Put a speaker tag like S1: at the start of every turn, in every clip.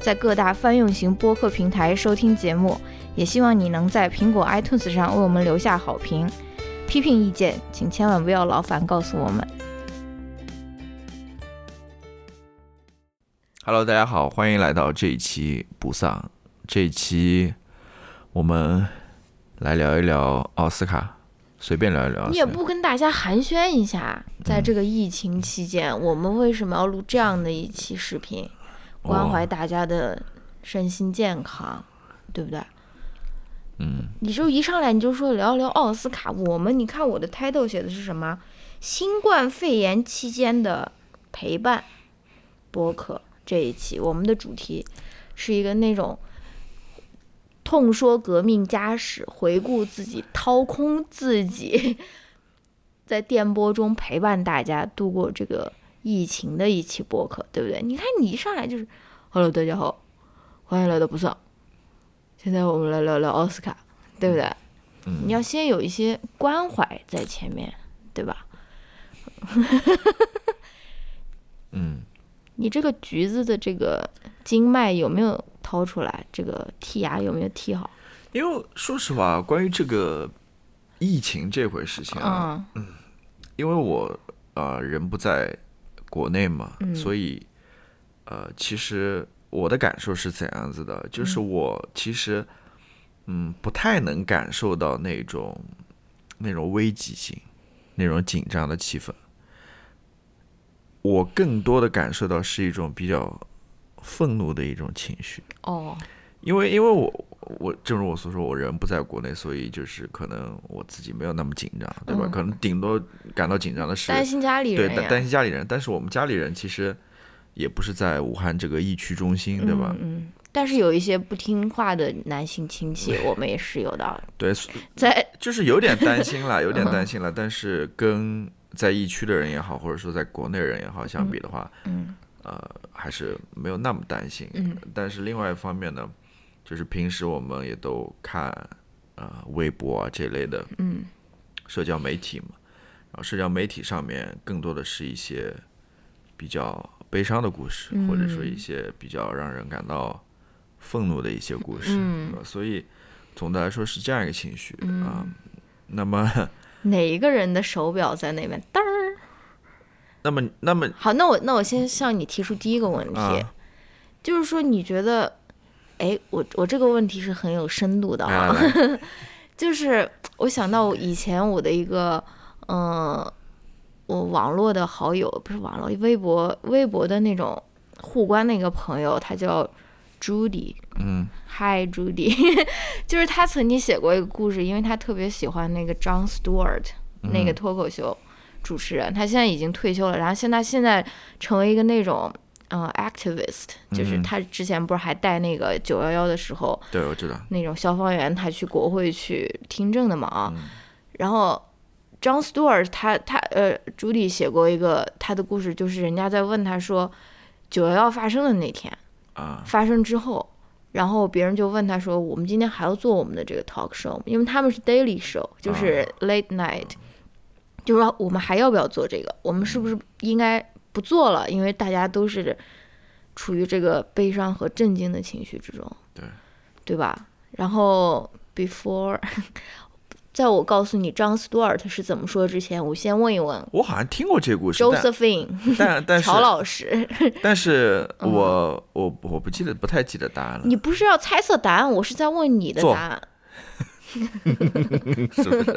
S1: 在各大泛用型播客平台收听节目。也希望你能在苹果 iTunes 上为我们留下好评。批评意见，请千万不要劳烦告诉我们。
S2: Hello，大家好，欢迎来到这一期不丧。这一期我们来聊一聊奥斯卡，随便聊一聊。
S1: 你也不跟大家寒暄一下，在这个疫情期间，我们为什么要录这样的一期视频，关怀
S2: 哦
S1: 大家的身心健康，对不对？
S2: 嗯，
S1: 你就一上来你就说聊聊奥斯卡，我们你看我的 title 写的是什么？新冠肺炎期间的陪伴播客这一期，我们的主题是一个那种痛说革命家史，回顾自己，掏空自己，在电波中陪伴大家度过这个疫情的一期播客，对不对？你看你一上来就是 “Hello，大家好，欢迎来到不丧”，现在我们来聊聊奥斯卡，对不对？
S2: 嗯
S1: 你要先有一些关怀在前面，对吧？
S2: 嗯，
S1: 你这个橘子的这个经脉有没有掏出来？这个剔牙有没有剔好？
S2: 因为说实话，关于这个疫情这回事情啊，
S1: 嗯
S2: 因为我呃人不在国内嘛，所以呃其实我的感受是怎样子的？就是我其实嗯不太能感受到那种那种危机性、那种紧张的气氛。我更多的感受到是一种比较愤怒的一种情绪，
S1: 哦，
S2: 因为因为我我正如我所说，我人不在国内，所以就是可能我自己没有那么紧张，对吧？可能顶多感到紧张的是
S1: 嗯担心家里
S2: 对
S1: 人
S2: 担
S1: 呀，
S2: 担心家里人，但是我们家里人其实也不是在武汉这个疫区中心，对吧？
S1: 嗯嗯，但是有一些不听话的男性亲戚， 我们也是有的，
S2: 对，所
S1: 在
S2: 就是有点担心 了，有点
S1: 嗯
S2: 担心了，但是跟在疫区的人也好，或者说在国内人也好相比的话，
S1: 嗯
S2: 呃，还是没有那么担心。
S1: 嗯
S2: 但是另外一方面呢，就是平时我们也都看呃微博啊这类的
S1: 嗯
S2: 社交媒体嘛，然后社交媒体上面更多的是一些比较悲伤的故事，或者说
S1: 嗯
S2: 一些比较让人感到愤怒的一些故事，
S1: 嗯
S2: 对吧所以总的来说是这样一个情绪啊、
S1: 嗯，
S2: 那么，
S1: 哪一个人的手表在那边？当然，
S2: 那么，那么
S1: 好，那我那我先向你提出第一个问题，
S2: 啊，
S1: 就是说你觉得，哎，我我这个问题是很有深度的啊。
S2: 来来来，
S1: 就是我想到我以前我的一个，嗯、我网络的好友不是网络，微博微博的那种互关的一个朋友，他叫 Judy，
S2: 嗯
S1: 嗨 Judy，就是 他曾经写过一个故事，因为他特别喜欢那个 John Stewart 那
S2: 嗯
S1: 个脱口秀主持人，他现在已经退休了，然后现在现在成为一个那种。嗯、a c t i v i s t 就是
S2: 嗯
S1: 他之前不是还带那个九幺幺的时候，
S2: 对，我知道，
S1: 那种消防员，他去国会去听证的嘛啊。
S2: 嗯
S1: 然后 John Stewart 他他呃，朱莉写过一个他的故事，就是人家在问他说，九幺幺发生的那天，
S2: 啊，
S1: 发生之后，然后别人就问他说，我们今天还要做我们的这个 talk show 吗因为他们是 daily show，就是
S2: 啊
S1: late night，、就说我们还要不要做这个？我们是不是应该不做了？因为大家都是处于这个悲伤和震惊的情绪之中。
S2: 对，
S1: 对吧？然后 before，在我告诉你 John Stewart 是怎么说之前，我先问一问
S2: 我好像听过这个故事，
S1: Josephine
S2: 但但但是
S1: 乔老 师，
S2: 但是我我我不记得，不太记得答案了，
S1: 你不是要猜测答案，我是在问你的
S2: 做
S1: 答案。
S2: 是不是？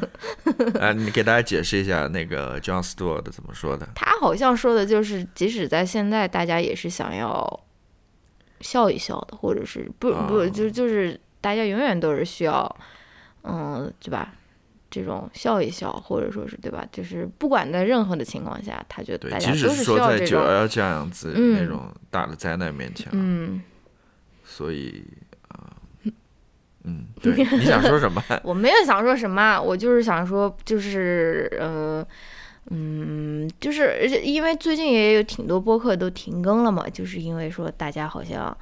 S2: 啊，你给大家解释一下那个 John Stewart 怎么说的？
S1: 他好像说的就是，即使在现在，大家也是想要笑一笑的，或者是不不
S2: 啊
S1: 就就是大家永远都是需要，嗯，对吧？这种笑一笑，或者说是对吧？就是不管在任何的情况下，他觉得
S2: 对
S1: 大，家
S2: 即
S1: 都
S2: 使
S1: 是需
S2: 说
S1: 要
S2: 在
S1: 这
S2: 九
S1: 种
S2: 幺幺这样子
S1: 嗯
S2: 那种大的灾难面前啊，
S1: 嗯，
S2: 所以啊、呃，嗯， 对，你想说什么？
S1: 我没有想说什么，我就是想说，就是呃，嗯，就是因为最近也有挺多播客都停更了嘛，就是因为说大家好像。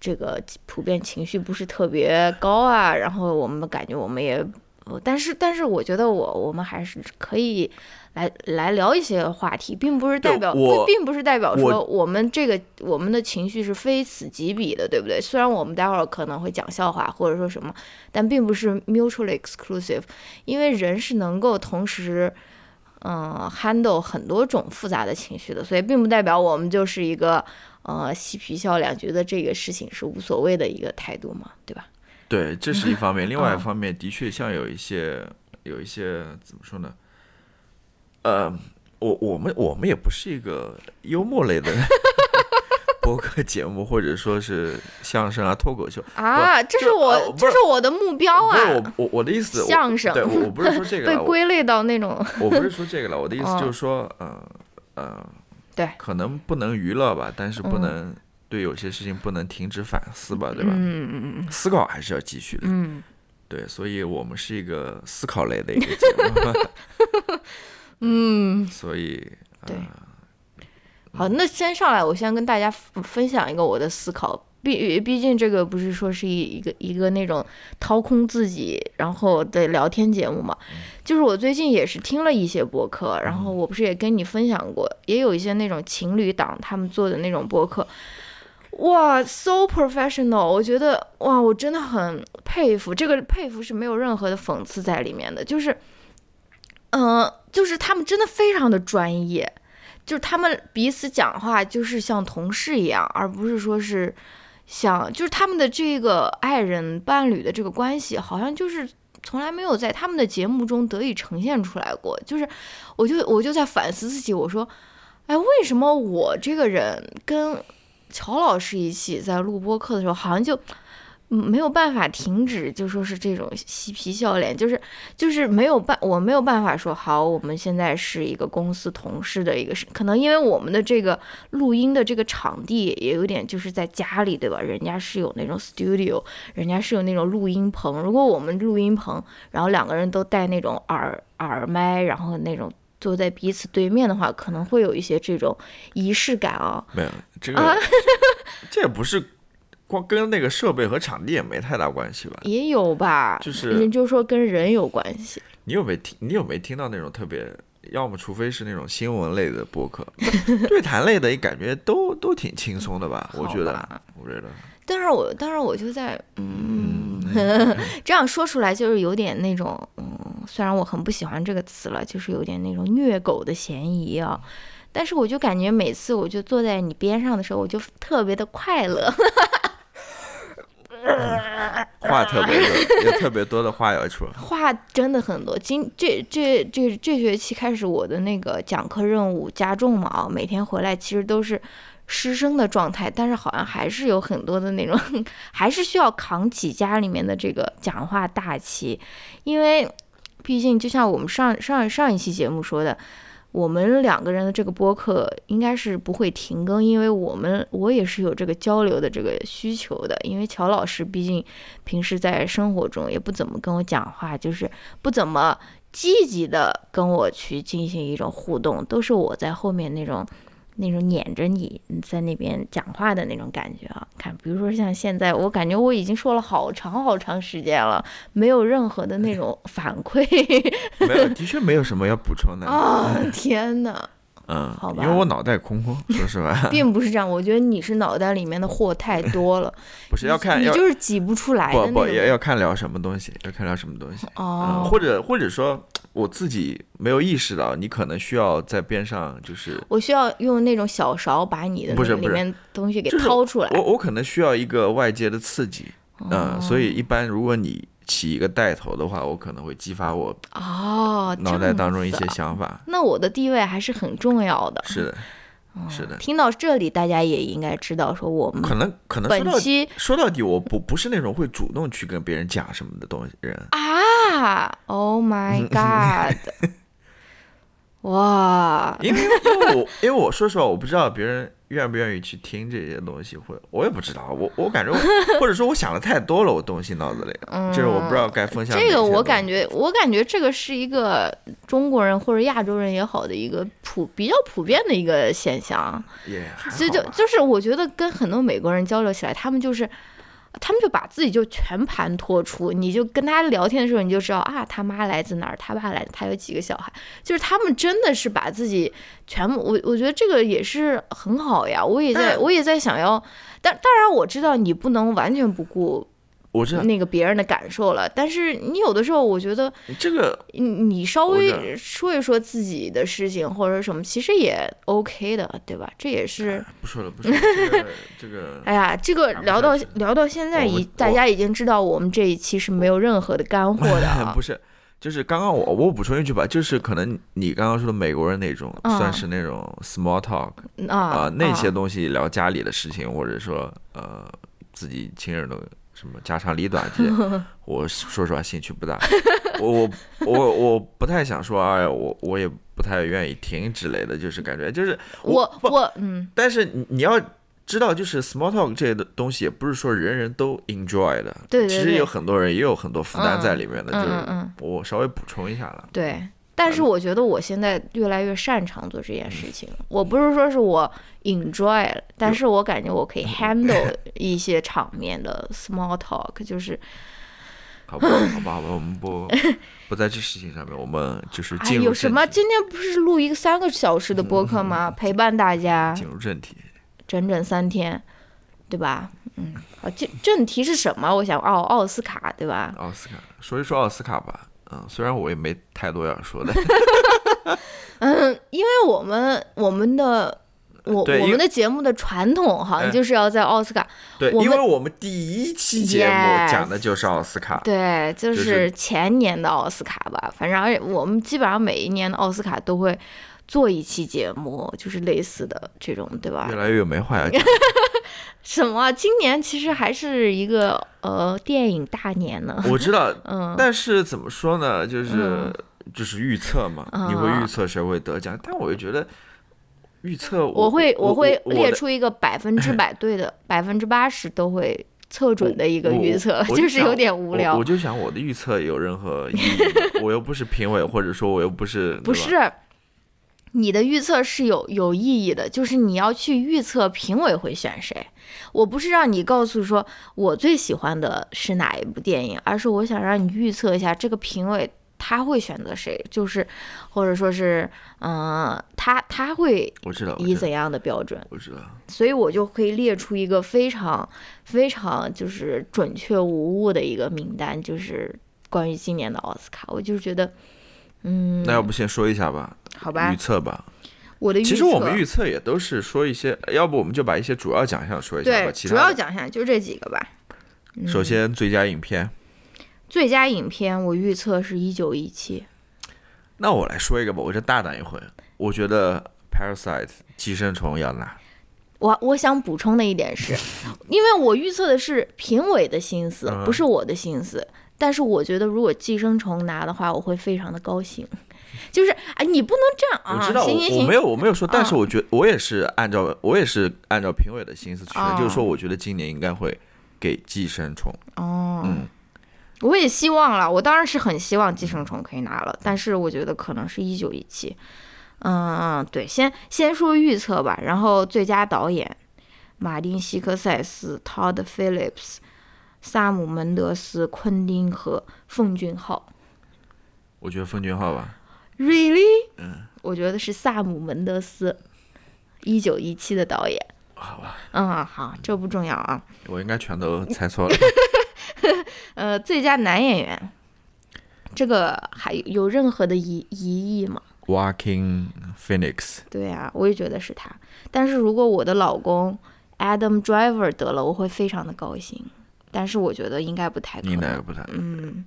S1: 这个普遍情绪不是特别高啊，然后我们感觉我们也，呃但是但是我觉得我我们还是可以来来聊一些话题，并不是代表不并不是代表说我们这个我们的情绪是非此即彼的，对不对？虽然我们待会儿可能会讲笑话或者说什么，但并不是 mutually exclusive，因为人是能够同时。嗯，handle 很多种复杂的情绪的，所以并不代表我们就是一个呃嬉皮笑脸，觉得这个事情是无所谓的一个态度嘛，对吧？
S2: 对，这是一 方面，
S1: 嗯
S2: 另外一方面的确像有一些、嗯、有一些怎么说呢？呃，我我们我们也不是一个幽默类 的播客节目，或者说是相声啊、脱口秀
S1: 啊，这是我、
S2: 呃、
S1: 这是我的目标啊！
S2: 不是我我我的意思，
S1: 相声
S2: 对我我不是 说这个
S1: 被归类到那种
S2: 我，我不是说这个了，我的意思就是说，哦、呃呃，
S1: 对，
S2: 可能不能娱乐吧，但是不能、嗯、对有些事情不能停止反思吧，对吧？
S1: 嗯嗯嗯，
S2: 思考还是要继续的，
S1: 嗯，
S2: 对，所以我们是一个思考类的一个节目，
S1: 嗯，
S2: 所以、呃、
S1: 对。嗯好，那先上来，我先跟大家分享一个我的思考。毕毕竟这个不是说是一一个一个那种掏空自己然后的聊天节目嘛，就是我最近也是听了一些播客，然后我不是也跟你分享过，也有一些那种情侣档他们做的那种播客，哇，so professional，我觉得哇，我真的很佩服，这个佩服是没有任何的讽刺在里面的，就是，嗯、呃，就是他们真的非常的专业。就是他们彼此讲话，就是像同事一样，而不是说是像，就是他们的这个爱人、伴侣的这个关系，好像就是从来没有在他们的节目中得以呈现出来过。就是，我就我就在反思自己，我说，哎，为什么我这个人跟乔老师一起在录播课的时候，好像就。没有办法停止，就说是这种嬉皮笑脸，就是就是没有办，我没有办法说好，我们现在是一个公司同事的一个事，可能因为我们的这个录音的这个场地也有点就是在家里，对吧？人家是有那种 studio，人家是有那种录音棚。如果我们录音棚，然后两个人都带那种耳耳麦，然后那种。坐在彼此对面的话，可能会有一些这种仪式感啊、
S2: 哦。没有这个，啊、 这也不是。光跟那个设备和场地也没太大关 系吧？
S1: 也有吧，
S2: 就是
S1: 也就说跟人有关系。
S2: 你有没听？你有没听到那种特别？要么除非是那种新闻类的播客， 对谈类的，感觉都都挺轻松的吧？我觉得，我觉 得。
S1: 但是我但是我就在 嗯，这样说出来就是有点那种嗯，虽然我很不喜欢这个词了，就是有点那种虐狗的嫌疑啊。但是我就感觉每次我就坐在你边上的时候，我就特别的快乐。
S2: 嗯、话特别多，有特别多的话要说。
S1: 话真的很多。今这这这这学期开始，我的那个讲课任务加重嘛啊，每天回来其实都是师生的状态，但是好像还是有很多的那种， 还是需要扛起家里面的这个讲话大旗，因为毕竟就像我们上上上一期节目说的。我们两个人的这个播客应该是不会停更，因为我们我也是有这个交流的这个需求的。因为乔老师毕竟平时在生活中也不怎么跟我讲话，就是不怎么积极的跟我去进行一种互动，都是我在后面那种那种撵着你嗯在那边讲话的那种感觉啊。看，比如说像现在，我感觉我已经说了好长好长时间了，没有任何的那种反馈。
S2: 没有，的确没有什么要补充的
S1: 啊、哦！天哪，
S2: 嗯，
S1: 好吧，
S2: 因为我脑袋空空， 说实话，
S1: 并不是这样。我觉得你是脑袋里面的货太多 了，
S2: 不是要看，
S1: 你就是挤不出来的。
S2: 不不，也要看聊什么东西，要看聊什么东西
S1: 哦、
S2: 嗯，或者或者说我自己没有意识到，你可能需要在边上，就是
S1: 我需要用那种小勺把你的
S2: 不是
S1: 里面东西给
S2: 就是
S1: 掏出来。
S2: 我我可能需要一个外界的刺激，嗯，
S1: 哦、
S2: 所以一般如果你。起一个带头的话，我可能会激发我
S1: 哦
S2: 脑袋当中一些想法、哦。
S1: 那我的地位还是很重要的。
S2: 是的，是的。
S1: 听到这里，大家也应该知道，说我们
S2: 可能可能
S1: 本期
S2: 说到底，我不不是那种会主动去跟别人讲 什么的东西人
S1: 啊。Oh my god！哇，
S2: 因为因为我因为我说实话，我不知道别人愿不愿意去听这些东西，或者我也不知道，我我感觉我或者说我想的太多了，我东西脑子 里，
S1: 嗯，
S2: 就是我不知道该分享哪些
S1: 这
S2: 东西。
S1: 个我感觉，我感觉这个是一个中国人或者亚洲人也好的一个普比较普遍的一个现象。啊
S2: 也还
S1: 所以就
S2: 好吧
S1: 就是我觉得跟很多美国人交流起来，他们就是。他们就把自己就全盘托出，你就跟他聊天的时候，你就知道啊，他妈来自哪儿，他爸来，他有几个小孩，就是他们真的是把自己全部，我我觉得这个也是很好呀，我也在，
S2: 嗯
S1: 我也在想要，但当然我知道你不能完全不顾
S2: 我知道
S1: 那个别人的感受了。但是你有的时候，我觉得
S2: 这个
S1: 你你稍
S2: 我知
S1: 微
S2: 道
S1: 说一说自己的事情或者什么，其实也 OK 的，对吧？这也是，
S2: 不说了，不说了，这个这个
S1: 哎呀，这个
S2: 嗯谈不
S1: 聊到
S2: 下去
S1: 聊到现在
S2: 我
S1: 已
S2: 我
S1: 大家已经知道我们这一期是没有任何的干货的啊
S2: 不。是，就是刚刚我我补充一句吧，就是可能你刚刚说的美国人那种，
S1: 嗯
S2: 算是那种 small talk
S1: 啊
S2: 啊、
S1: 啊，
S2: 那些东西聊家里的事情，或者说呃自己亲人的什么家长里短 这些，我说实话兴趣不大，我我我我不太想说，哎呀，我我也不太愿意听之类的，就是感觉就是
S1: 我
S2: 不
S1: 我嗯，
S2: 但是你你要知道，就是 small talk 这些的东西，也不是说人人都 enjoy 的。
S1: 对对
S2: 其实
S1: 对
S2: 有很多人也有很多负担在里面的，
S1: 嗯
S2: 就是嗯
S1: 嗯嗯
S2: 我稍微补充一下了。
S1: 对。但是我觉得我现在越来越擅长做这
S2: 嗯
S1: 件事情了。我不是说是我 enjoy 了，但是我感觉我
S2: 嗯
S1: 可以 handle 一些场面的 small talk，就是
S2: 好吧，好吧，好吧，我们不不在这事情上面，我们就是
S1: 哎，
S2: 进入
S1: 有什
S2: 正
S1: 么？
S2: 题，嗯
S1: 今天不是录一个三个小时的播客吗？陪伴大家
S2: 进入正题。
S1: 整整三天，对吧？嗯，好，这正题是什么？我想，哦，奥斯卡，对吧？
S2: 奥斯卡，说一说奥斯卡吧。嗯，虽然我也没太多要 说的，
S1: 嗯，因为我们我们的我
S2: 呃对
S1: 我
S2: 因
S1: 们
S2: 为
S1: 的节目的传统好像
S2: 哎
S1: 就是要在奥斯卡，
S2: 对，
S1: 我
S2: 因
S1: 们
S2: 为我们第一期节目
S1: Yes
S2: 讲的就是奥斯卡，
S1: 对，就
S2: 就是
S1: 是前年的奥斯卡吧。反正而且我们基本上每一年的奥斯卡都会做一期节目，就是类似的这种，对吧
S2: 越？来越没话要讲。
S1: 什么啊？今年其实还是一个呃电影大年呢。
S2: 我知道，
S1: 嗯，
S2: 但是怎么说呢，就是
S1: 嗯
S2: 就是预测嘛，你会预测谁会得奖，但我就觉得预测
S1: 我会
S2: 我
S1: 会
S2: 我
S1: 列
S2: 的
S1: 出一个百分之百对的，百分之八十都会测准的一个
S2: 我
S1: 预测，
S2: 我
S1: 就是
S2: 想
S1: 有点无
S2: 我
S1: 聊
S2: 我。就想我的预测有任何意义吗，我又不是评委，或者说我又不是
S1: 不
S2: 对吧
S1: 是，你的预测是有有意义的，就是你要去预测评委会选谁。我不是让你告诉说我最喜欢的是哪一部电影，而是我想让你预测一下这个评委他会选择谁，就是或者说是嗯、呃他他会
S2: 我知道，我
S1: 以
S2: 知道，
S1: 怎样的标准。
S2: 我知道，
S1: 所以我就可以列出一个非常非常就是准确无误的一个名单，就是关于今年的奥斯卡。我就是觉得，嗯，
S2: 那要不先说一下吧，
S1: 好吧
S2: 预，测吧。
S1: 我的预测
S2: 其实我们预测也都是说一些，要不我们就把一些主要奖项说一下吧。
S1: 对
S2: 其
S1: 主
S2: 他
S1: 要
S2: 的
S1: 奖项就这几个吧。嗯
S2: 首，先最佳影片，
S1: 最佳影片我预测是一九一七，
S2: 那我来说一个吧，我这大胆一回，我觉得《Parasite》寄生虫要拿。
S1: 我我想补充的一点 是，因为我预测的是评委的心思，不
S2: 嗯
S1: 是我的心思。但是我觉得，如果寄生虫拿的话，我会非常的高兴。 就是哎，你不能这样
S2: 我
S1: 啊！
S2: 知道，
S1: 行行
S2: 我我
S1: 行
S2: 没，有我没有说，但是
S1: 嗯
S2: 我觉我也是按照我也是按照评委的心思去
S1: 啊
S2: 的，就是说我觉得今年应该会给寄生虫，
S1: 哦，
S2: 嗯
S1: 我也希望了，我当然是很希望寄生虫可以拿了，但是我觉得可能是一九一七。嗯，对，先先说预测吧，然后最佳导演，马丁·希克塞斯、Todd Phillips、萨姆·门德斯、昆汀和奉俊昊。
S2: 我觉得奉俊昊吧，
S1: Really？我觉得是萨姆·门德斯，一九一七的导演。
S2: 好吧，
S1: 嗯，好，这不重要啊。
S2: 我应该全都猜错 了，
S1: 呃，最佳男演员，这个还有有任何的疑疑义吗？
S2: Walking Phoenix，
S1: 对啊，我也觉得是他。但是如果我的老公 Adam Driver 得了，我会非常的高兴。但是我觉得应该不太可
S2: 应该
S1: 能。
S2: 不太，
S1: 嗯，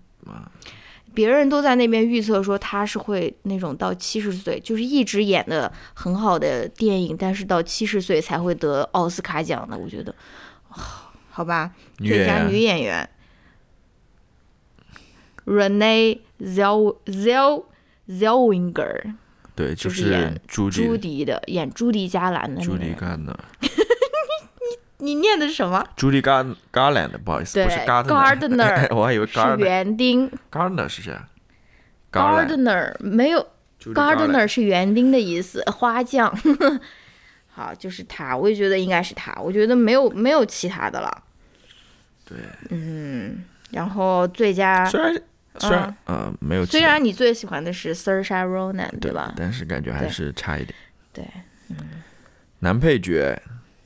S1: 别人都在那边预测说他是会那种到七十岁，就是一直演的很好的电影，但是到七十岁才会得奥斯卡奖的。我觉得，啊好吧，
S2: 女
S1: 最佳
S2: 演
S1: 女
S2: 员
S1: 演员 Renee Zell Zell Zellweger。
S2: 对，
S1: 就
S2: 就
S1: 是演
S2: 朱迪
S1: 朱迪的，演朱迪·加兰的那
S2: 朱
S1: 个
S2: 迪
S1: 人。
S2: 甘的，
S1: 你念的是什么？
S2: 朱迪甘 Garland，不好意思，
S1: 对
S2: 不是
S1: Gardner
S2: 我还以为
S1: 是
S2: Garland
S1: 园丁
S2: Garland 是谁？Garland
S1: Gardener 没有
S2: Judy
S1: Gardener 是园丁的意思，花匠。 好，就是他，我也觉得应该是他，我觉得没有没有其他的了。嗯
S2: 对，
S1: 然后最佳，
S2: 虽然虽然呃没有记得，
S1: 嗯虽然你最喜欢的是 Saoirse Ronan 对吧？
S2: 但是感觉还
S1: 对
S2: 是差一点。
S1: 对，嗯
S2: 男配角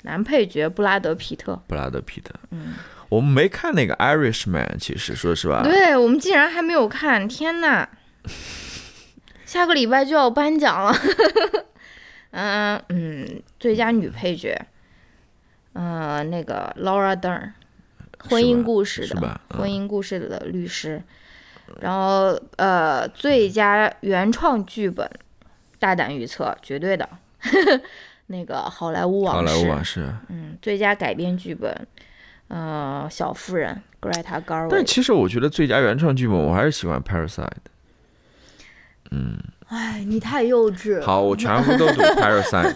S1: 男配角布拉德·皮特。
S2: 布拉德皮特，
S1: 嗯
S2: 我们没看那个 Irishman，其实说实话，
S1: 对我们竟然还没有看，天 呐！下个礼拜就要颁奖 了。嗯嗯，最佳女配角，嗯、那个 Laura Dern，婚姻故事
S2: 是
S1: 的
S2: 吧嗯
S1: 婚姻故事的律师，然后呃，最佳原创剧本，大胆预测，绝对的。 那个好莱坞
S2: 好
S1: 往
S2: 莱坞
S1: 事，
S2: 往事，
S1: 嗯，最佳改编剧本，呃，小妇人，Greta Garbo。
S2: 但其实我觉得最佳原创剧本，我还是喜欢 Parasite。
S1: 哎，你太幼稚了。
S2: 好，我全部都读 Parasite，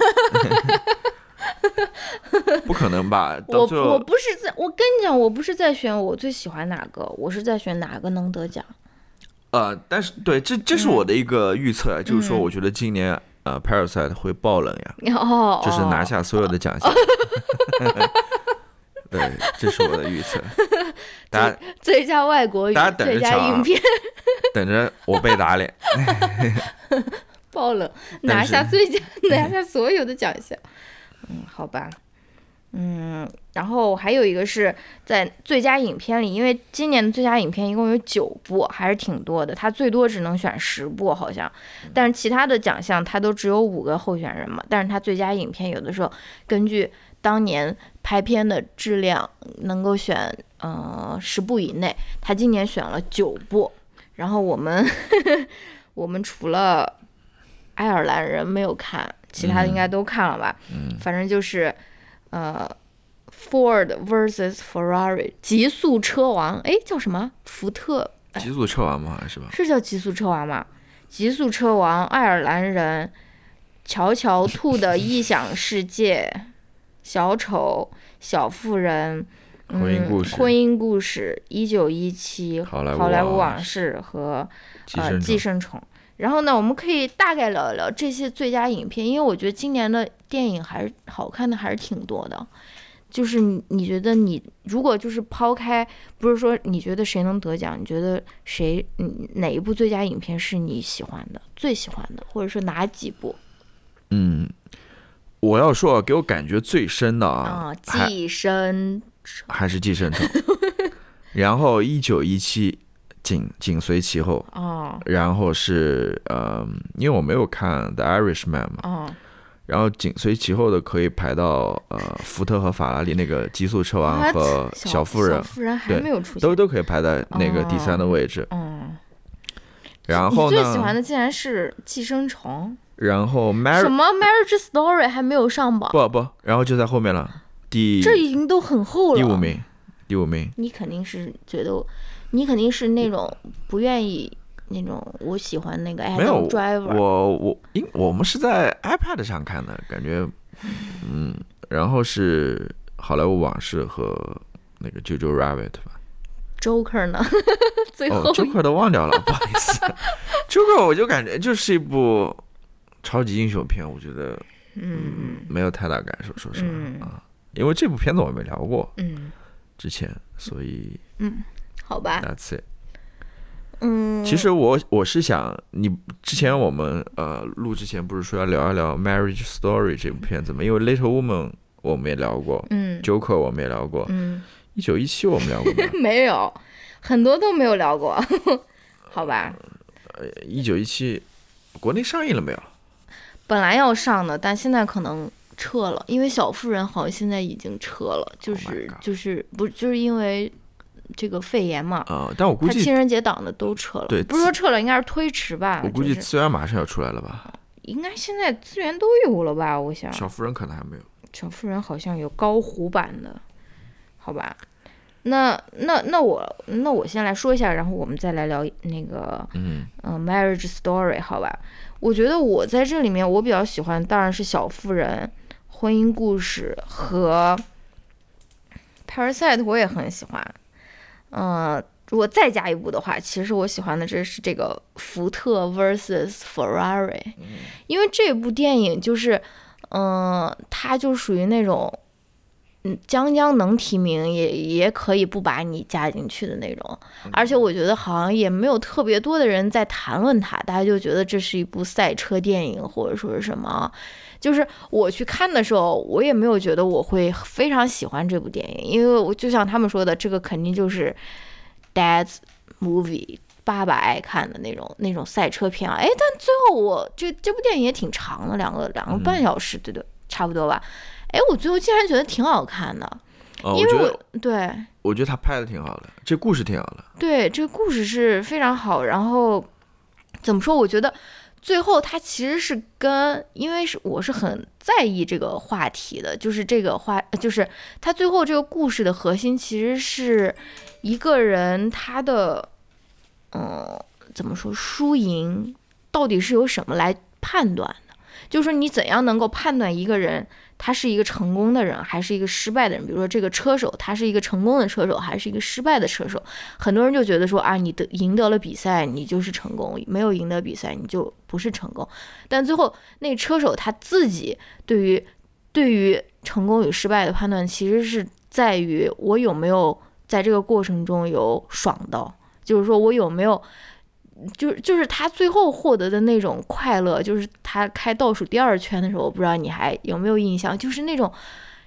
S2: 不可能吧？到
S1: 我
S2: 最
S1: 我
S2: 后
S1: 不是在，我跟你讲，我不是在选我最喜欢哪个，我是在选哪个能得奖。
S2: 呃，但是对，这这是
S1: 嗯
S2: 我的一个预测啊，就是说，我觉得今年呃 Parasite 会爆冷呀，
S1: 哦，
S2: 就是拿
S1: 哦
S2: 下所有的奖项。 对，这是我的 预测，大家
S1: 最佳外国语
S2: 大家、等着
S1: 最佳
S2: 瞧啊
S1: 影片
S2: 等着我被打脸。
S1: 爆冷，
S2: 但
S1: 拿
S2: 是
S1: 下最 佳，拿下所有的奖项。嗯，好吧。嗯，然后还有一个是在最佳影片里，因为今年的最佳影片一共有九部，还是挺多的。它最多只能选十部，好像，
S2: 嗯
S1: 但是其他的奖项它都只有五个候选人嘛。但是它最佳影片有的时候根据当年拍片的质量，能够选呃十部以内。它今年选了九部，然后我们 我们除了爱尔兰人没有看，其他的应该都看了吧？反正就是呃，Ford vs Ferrari 极速车王，哎，叫什么？福特
S2: 极速车王嘛，好像是吧？
S1: 是叫极速车王吗？极速车王，爱尔兰人，乔乔兔的异想世界，小丑，小妇人，嗯、
S2: 婚姻故事
S1: 婚姻故事，一九一七，
S2: 好莱坞
S1: 好莱坞
S2: 往
S1: 往事和
S2: 寄
S1: 呃
S2: 生
S1: 寄
S2: 虫
S1: 生虫。然后呢，我们可以大概聊一聊这些最佳影片，因为我觉得今年的电影还是好看的，还是挺多的。就是你你觉得你如果就是抛开，不是说你觉得谁能得奖，你觉得谁嗯哪一部最佳影片是你喜欢的、最喜欢的，或者说哪几部
S2: 嗯，我要说啊，给我感觉最深的啊，
S1: 啊？
S2: 还
S1: 寄生
S2: 还是寄生虫。 然后一九一七紧紧随其后，
S1: 啊
S2: 然后是呃，因为我没有看《The Irishman》嘛，
S1: 啊
S2: 然后紧随其后的可以排到呃福特和法拉利那个《极速车王》
S1: 啊
S2: 和《
S1: 小
S2: 妇人
S1: 小》妇人还
S2: 对
S1: 没有出现
S2: 都。都可以排在那个第三的位置。
S1: 嗯，
S2: 然
S1: 哦你
S2: 后
S1: 最喜欢
S2: 呢，
S1: 的竟然是《寄生虫
S2: 然后》，
S1: 什
S2: Mary
S1: 么《Marriage Story》还没有上榜，
S2: 不不，然后就在后面了，第
S1: 这已经都很厚了。
S2: 第五名，第五名。
S1: 你肯定是觉得，你肯定是那种不愿意那种，我喜欢那个 Adam
S2: 没有，
S1: Driver
S2: 我我因我们是在 iPad 上看的，感觉， 嗯，然后是《好莱坞往事》和那个《Jojo Rabbit》吧。
S1: Joker 呢， 最后
S2: 哦，Joker 都忘掉 了，不好意思。Joker 我就感觉就是一部超级英雄片，我觉得
S1: 嗯
S2: 没有太大感受，说实话、
S1: 嗯
S2: 啊，因为这部片子我没聊过
S1: 嗯，
S2: 之前，所以
S1: 好吧，
S2: that's it。
S1: 嗯，
S2: 其实我我是想，你之前我们呃录之前不是说要聊一聊《Marriage Story》这部片子吗？因为《Little Woman》我们也聊过，
S1: 嗯
S2: 《Joker》我们也聊过，
S1: 嗯
S2: 一九一七我们聊过吗？
S1: 没有，很多都没有聊过， 好吧，
S2: 一九一七国内上映了没有？
S1: 本来要上的，但现在可能。撤了，因为小妇人好像现在已经撤了，就
S2: Oh my
S1: 是、
S2: God
S1: 就是不就是因为这个肺炎嘛，
S2: 啊，但我估
S1: 他
S2: 计
S1: 情人节档的都撤了，
S2: 对
S1: 不是说撤了，应该是推迟吧，
S2: 我估计
S1: 就是
S2: 资源马上要出来了吧？
S1: 应该现在资源都有了吧？我想
S2: 小妇人可能还没有。
S1: 小妇人好像有高糊版的，好吧？那那那我那我先来说一下，然后我们再来聊那个
S2: 嗯
S1: 嗯、呃 marriage story 好吧？我觉得我在这里面我比较喜欢，当然是《小妇人》《婚姻故事》和《Parasite》，我也很喜欢。嗯、如果再加一部的话，其实我喜欢的这是这个福特 vs Ferrari，因为这部电影就是，嗯、它就属于那种，嗯，将将能提名也也可以不把你加进去的那种，
S2: 嗯
S1: 而且我觉得好像也没有特别多的人在谈论它，大家就觉得这是一部赛车电影或者说是什么。啊就是我去看的时候，我也没有觉得我会非常喜欢这部电影，因为我就像他们说的，这个肯定就是 dad's movie，爸爸爱看的那种那种赛车片啊。哎，但最后我这这部电影也挺长的，两个两个
S2: 嗯
S1: 半小时，对对，差不多吧。哎，我最后竟然觉得挺好看的，
S2: 哦，
S1: 因
S2: 我
S1: 为
S2: 觉
S1: 我
S2: 得
S1: 对
S2: 我觉得他拍的挺好的，这故事挺好的。
S1: 对，这个故事是非常好。然后怎么说？我觉得最后它其实是跟，因为是我是很在意这个话题的，就是这个话，就是它最后这个故事的核心其实是一个人他的，嗯，怎么说输赢到底是由什么来判断的？就是说你怎样能够判断一个人他是一个成功的人还是一个失败的人？比如说这个车手他是一个成功的车手还是一个失败的车手？很多人就觉得说啊，你得赢得了比赛，你就是成功；没有赢得比赛，你就不是成功。但最后那车手他自己对于对于成功与失败的判断，其实是在于我有没有在这个过程中有爽到，就是说我有没有。就就是他最后获得的那种快乐，就是他开倒数第二圈的时候，我不知道你还有没有印象，就是那种，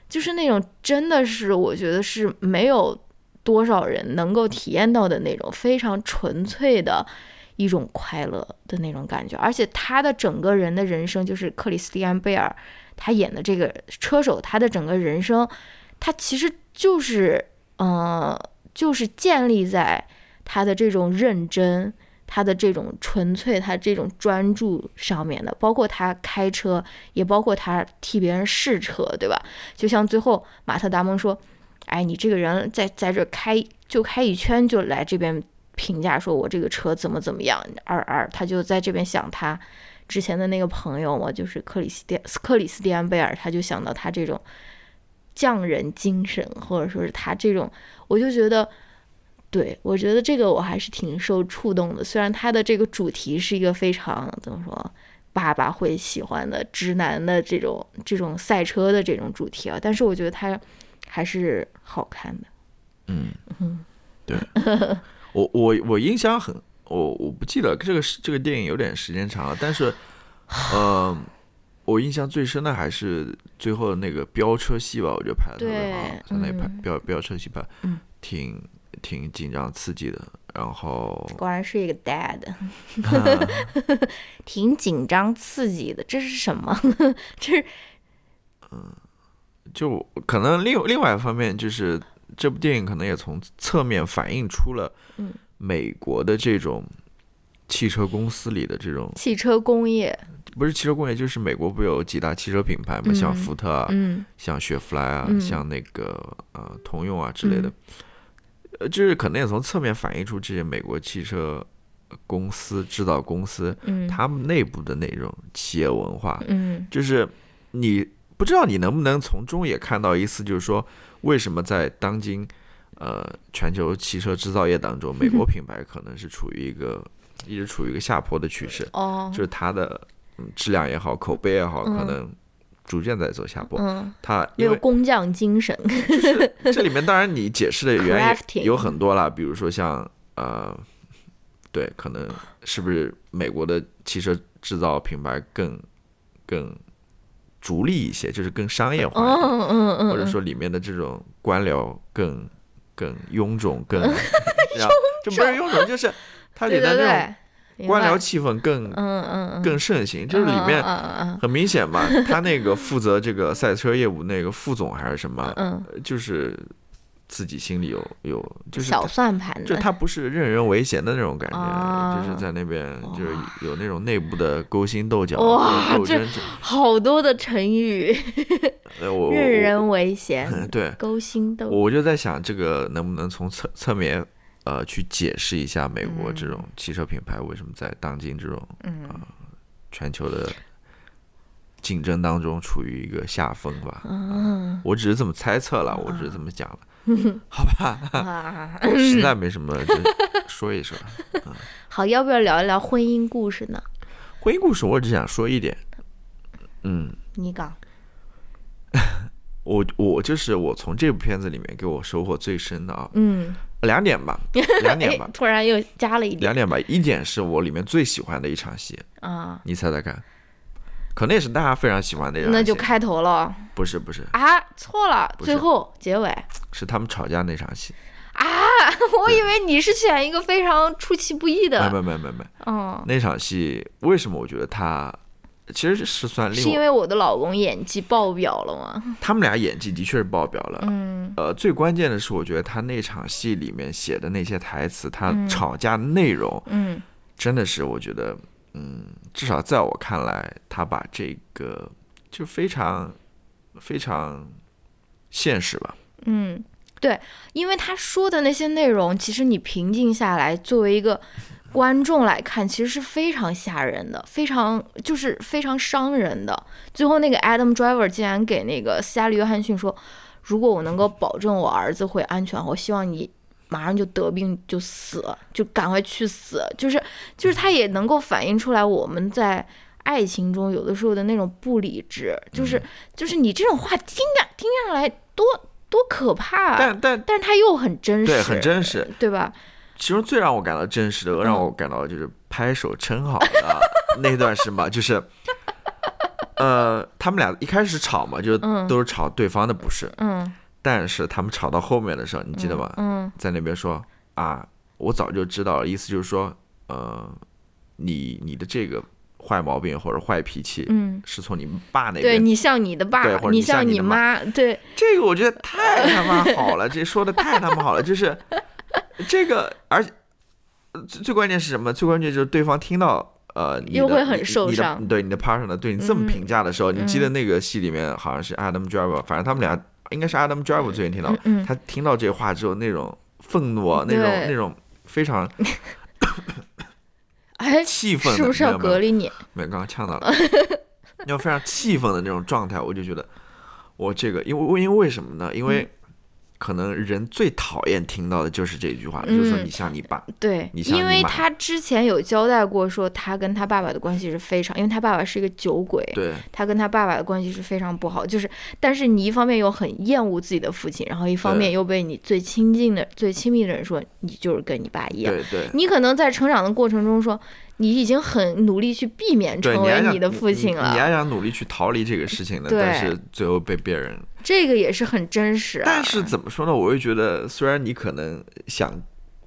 S1: 就是那种真的是我觉得是没有多少人能够体验到的那种非常纯粹的一种快乐的那种感觉。而且他的整个人的人生，就是克里斯蒂安贝尔他演的这个车手，他的整个人生，他其实就是呃，就是建立在他的这种认真。他的这种纯粹，他这种专注上面的，包括他开车，也包括他替别人试车，对吧？就像最后马特·达蒙说：“哎，你这个人在在这开就开一圈就来这边评价说我这个车怎么怎么样。”而而他就在这边想他之前的那个朋友嘛，就是克里斯蒂克里斯蒂安贝尔，他就想到他这种匠人精神，或者说是他这种，我就觉得。对，我觉得这个我还是挺受触动的。虽然他的这个主题是一个非常怎么说，爸爸会喜欢的直男的这种这种赛车的这种主题啊，但是我觉得他还是好看的。
S2: 嗯，对，我我我印象很，我我不记得这个是这个电影有点时间长了，但是，呃，我印象最深的还是最后的那个飙车戏吧，我觉得拍的特别好
S1: 对，
S2: 像那拍
S1: 嗯
S2: 飙飙车戏拍
S1: 嗯，
S2: 挺挺紧张刺激的，然后
S1: 果然是一个 dad，挺
S2: 啊
S1: 紧张刺激的。这是什么？ 这是
S2: 就可能另另外一方面就是这部电影可能也从侧面反映出了
S1: 嗯
S2: 美国的这种汽车公司里的这种
S1: 汽车工业。
S2: 不是汽车工业，就是美国不有几大汽车品牌嘛，
S1: 嗯
S2: 像福特啊，
S1: 嗯
S2: 像雪佛兰啊，
S1: 嗯
S2: 像那个呃通用啊之类的，
S1: 嗯
S2: 呃，就是可能也从侧面反映出这些美国汽车公司、制造公司
S1: 嗯
S2: 他们内部的那种企业文化，
S1: 嗯
S2: 就是你不知道你能不能从中也看到一丝，就是说为什么在当今呃全球汽车制造业当
S1: 嗯
S2: 中，美国品牌可能是处于一个一直处于一个下坡的趋势。
S1: 哦
S2: 就是它的嗯质量也好，口碑也好，可
S1: 嗯
S2: 能逐渐在走下坡。
S1: 嗯，
S2: 它
S1: 没
S2: 因
S1: 有
S2: 为哎
S1: 工匠精神。
S2: 这里面当然你解释的原
S1: Crafting
S2: 因有很多啦，比如说像呃，对，可能是不是美国的汽车制造品牌更更逐利一些，就是更商业化一点，
S1: 嗯嗯嗯，
S2: 或者说里面的这种官僚更更臃肿，更 然后就不是臃肿，就是它
S1: 对
S2: 里面
S1: 嗯对
S2: 那
S1: 对，
S2: 种
S1: 明
S2: 官僚
S1: 白
S2: 气氛更
S1: 嗯嗯嗯，
S2: 更盛行，就是里面
S1: 嗯嗯
S2: 很明显嘛，呃他那个负责这个赛车业务那个副总还是什么
S1: 嗯，嗯
S2: 就是自己心里有有就是
S1: 小算盘
S2: 就
S1: 的，
S2: 他不是任人唯贤的那种感觉，
S1: 啊
S2: 就是在那边就是有那种内部的勾心斗角、
S1: 哇
S2: 斗
S1: 这
S2: 争。
S1: 好多的成语，
S2: 呃，我我
S1: 任人唯贤，
S2: 我对，
S1: 勾心斗
S2: 我就在想这个能不能从侧侧面呃去解释一下美国这种汽车品牌为什么在当今这种
S1: 嗯
S2: 全球的竞争当中处于一个下风吧。
S1: 嗯
S2: 我只是这么猜测了，我只是这么讲了，
S1: 啊，
S2: 实在没什么就说一说。
S1: 好，要不要聊一聊婚姻故事呢？
S2: 婚姻故事我只想说一点，嗯，
S1: 你讲，
S2: 我我就是我从这部片子里面给我收获最深的啊，
S1: 嗯，
S2: 两点 吧，两点
S1: 哎
S2: 吧，，
S1: 突然又加了一点
S2: 两点吧，一点是我里面最喜欢的一场戏，
S1: 啊，
S2: 你猜猜看，可能也是大家非常喜欢的一场戏，
S1: 那就开头了
S2: 不是不是
S1: 啊，错了，
S2: 不是
S1: 最后结 尾。
S2: 是他们吵架那场戏，
S1: 我以为你是选一个非常出其不意
S2: 没
S1: 的，
S2: 没没没没，
S1: 嗯，
S2: 那场戏为什么我觉得他其实是算
S1: 是
S2: 令
S1: 因
S2: 我
S1: 为我的老公演技爆表了吗？
S2: 他们俩演技的确是爆表了，
S1: 嗯
S2: 呃，最关键的是我觉得他那场戏里面写的那些台词，他
S1: 嗯
S2: 吵架内容。
S1: 嗯
S2: 真的是我觉得，嗯，至少在我看来，他把这个就非常非常现实吧。
S1: 嗯，对，因为他说的那些内容，其实你平静下来，作为一个观众来看，其实是非常吓人的，非常就是非常伤人的。最后那个 Adam Driver 竟然给那个斯嘉丽·约翰逊说：“如果我能够保证我儿子会安全，我希望你马上就得病就死，就赶快去死。”就是就是他也能够反映出来我们在。爱情中有的时候的那种不理智，就是就是你这种话听着听上来多多可怕、啊，
S2: 但但
S1: 但是他又很真实，
S2: 对，很，真实。
S1: 对吧？
S2: 其中最让我感到真实
S1: 嗯
S2: 的，让我感到就是拍手称 好的那段是吗？就是，呃，他们俩一开始吵嘛，就
S1: 嗯
S2: 都是吵对方的不是，
S1: 嗯
S2: 但是他们吵到后面的时候，你记得吗？
S1: 嗯
S2: 在那边说啊，我早就知道了，意思就是说，呃，你你的这个坏毛病或者坏脾气
S1: 嗯，
S2: 是从你爸那
S1: 对
S2: 边，
S1: 你像你的爸
S2: 对或，者
S1: 你
S2: 你像
S1: 你
S2: 你的妈
S1: 妈，对，
S2: 这个我觉得太他妈 好了，这说的太他妈好了，就是这个，而且呃最最关键是什么？最关键就是对方听到。呃，你的
S1: 又会很
S2: 你你
S1: 受
S2: 你的
S1: 伤
S2: 对你的 partner 对你这么
S1: 嗯
S2: 评价的时候，你记得那个戏里面好像是 Adam Driver，反正他们俩应该是 Adam Driver 最先听到
S1: 嗯，嗯，
S2: 他听到这话之后那种愤怒啊，那种
S1: 对
S2: 那种非常
S1: 哎，
S2: 气愤的，
S1: 是不是
S2: 没
S1: 要
S2: 有
S1: 隔？离你？
S2: 没有没有，刚刚呛到了，要非常气愤的那种状态，我就觉得我这个，因为因为为什么呢？因
S1: 嗯
S2: 为可能人最讨厌听到的就是这句话，就是说
S1: 嗯
S2: 你像你爸，
S1: 对，
S2: 你像你
S1: 因
S2: 妈
S1: 为他之前有交代过，说他跟他爸爸的关系是非常，因为他爸爸是一个酒鬼，
S2: 对
S1: 他跟他爸爸的关系是非常不好。就是，但是你一方面又很厌恶自己的父亲，然后一方
S2: 对
S1: 面又被你最亲近的、最亲密的人说你就是跟你爸一样。
S2: 对对。
S1: 你可能在成长的过程中说，你已经很努力去避免
S2: 对，
S1: 成
S2: 你还
S1: 为
S2: 想
S1: 你的父亲
S2: 你
S1: 了，
S2: 还想努力去逃离这个事情呢，
S1: 对
S2: 但是最后被别人。
S1: 这个也是很真实、啊。
S2: 但是怎么说呢？我又觉得，虽然你可能想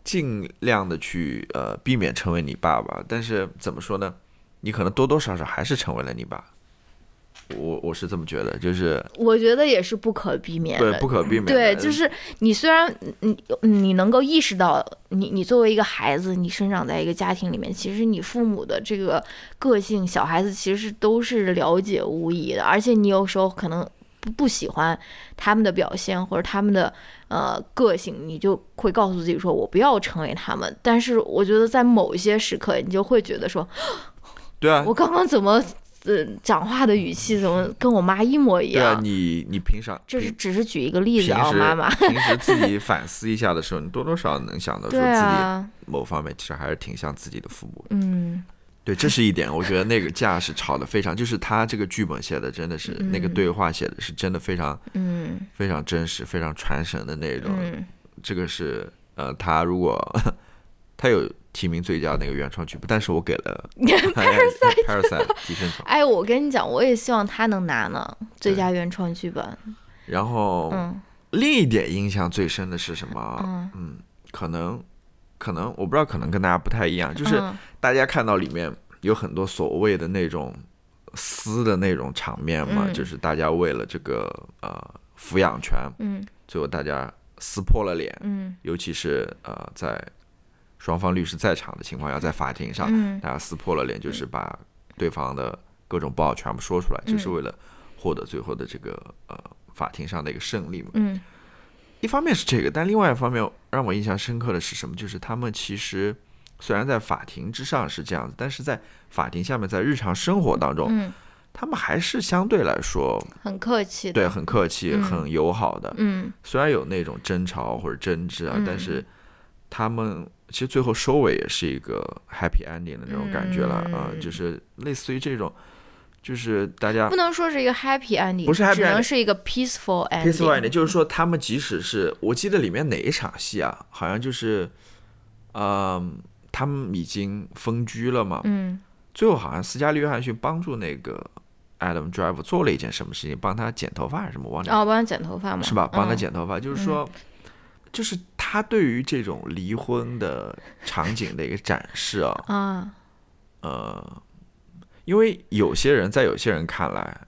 S2: 尽量的去呃避免成为你爸爸，但是怎么说呢？你可能多多少少还是成为了你爸。我我是这么觉得，就是
S1: 我觉得也是不可避免
S2: 对
S1: 的。
S2: 不可避免的。
S1: 对，就是你虽然你你能够意识到你你作为一个孩子，你生长在一个家庭里面，其实你父母的这个个性，小孩子其实都是了解无疑的，而且你有时候可能不不喜欢他们的表现或者他们的呃个性，你就会告诉自己说我不要成为他们。但是我觉得在某一些时刻，你就会觉得说
S2: 对啊
S1: 我，刚刚怎么呃讲话的语气怎么跟我妈一模一
S2: 对啊，
S1: 样。
S2: 你你平常
S1: 这是
S2: 平
S1: 只是举一个例
S2: 平
S1: 子
S2: 时
S1: 啊，妈妈。
S2: 平时自己反思一下的时候，你多多少少能想到说
S1: 对
S2: 自己
S1: 啊，
S2: 某方面其实还是挺像自己的父母的。
S1: 嗯，
S2: 对，这是一点，我觉得那个架是吵得非常，就是他这个剧本写的真的是那个
S1: 嗯
S2: 对话写的是真的非常
S1: 嗯
S2: 非常真实、非常传神的那种。
S1: 嗯
S2: 这个是呃，他如果他有提名最佳那个原创剧本，但是我给 了 Parasite Parasite 寄生虫。
S1: 哎，我跟你讲，我也希望他能拿呢，最佳原创剧本。
S2: 然后、
S1: 嗯
S2: 另一点印象最深的是什么？
S1: 嗯，
S2: 嗯，可能可能我不知道，可能跟大家不太一样，就是
S1: 嗯
S2: 大家看到里面有很多所谓的那种撕的那种场面嘛，
S1: 嗯
S2: 就是大家为了这个呃抚养权，
S1: 嗯
S2: 最后大家撕破了脸，
S1: 嗯
S2: 尤其是呃在双方律师在场的情况下，在法庭上，
S1: 嗯
S2: 大家撕破了脸，就是把对方的各种不好全部说出来，就是
S1: 嗯
S2: 为了获得最后的这个呃法庭上的一个胜利嘛。
S1: 嗯
S2: 一方面是这个，但另外一方面让我印象深刻的是什么？就是他们其实虽然在法庭之上是这样子，但是在法庭下面，在日常生活当中，
S1: 嗯，
S2: 他们还是相对来说
S1: 很客气的，
S2: 对很客气、
S1: 嗯
S2: 很友好的。
S1: 嗯
S2: 虽然有那种争吵或者争执啊，
S1: 嗯
S2: 但是他们其实最后收尾也是一个 happy ending 的那种感觉了啊、
S1: 嗯
S2: 就是类似于这种，就是大家
S1: 不能说是一个 happy ending，
S2: 啊不是 happy
S1: 只能
S2: ending
S1: 是一个 peaceful ending。
S2: peaceful ending，就是说他们即使是我记得里面哪一场戏啊，好像就是，嗯、他们已经分居了嘛，
S1: 嗯
S2: 最后好像斯嘉丽约翰逊帮助那个 Adam Driver 做了一件什么事情，帮他剪头发还是什么，忘了。
S1: 哦，我帮你剪头发嘛，
S2: 是吧？帮他
S1: 嗯。
S2: 剪头发，就是说，就是他对于这种离婚的场景的一个展示啊，
S1: 啊，
S2: 呃，因为有些人在有些人看来，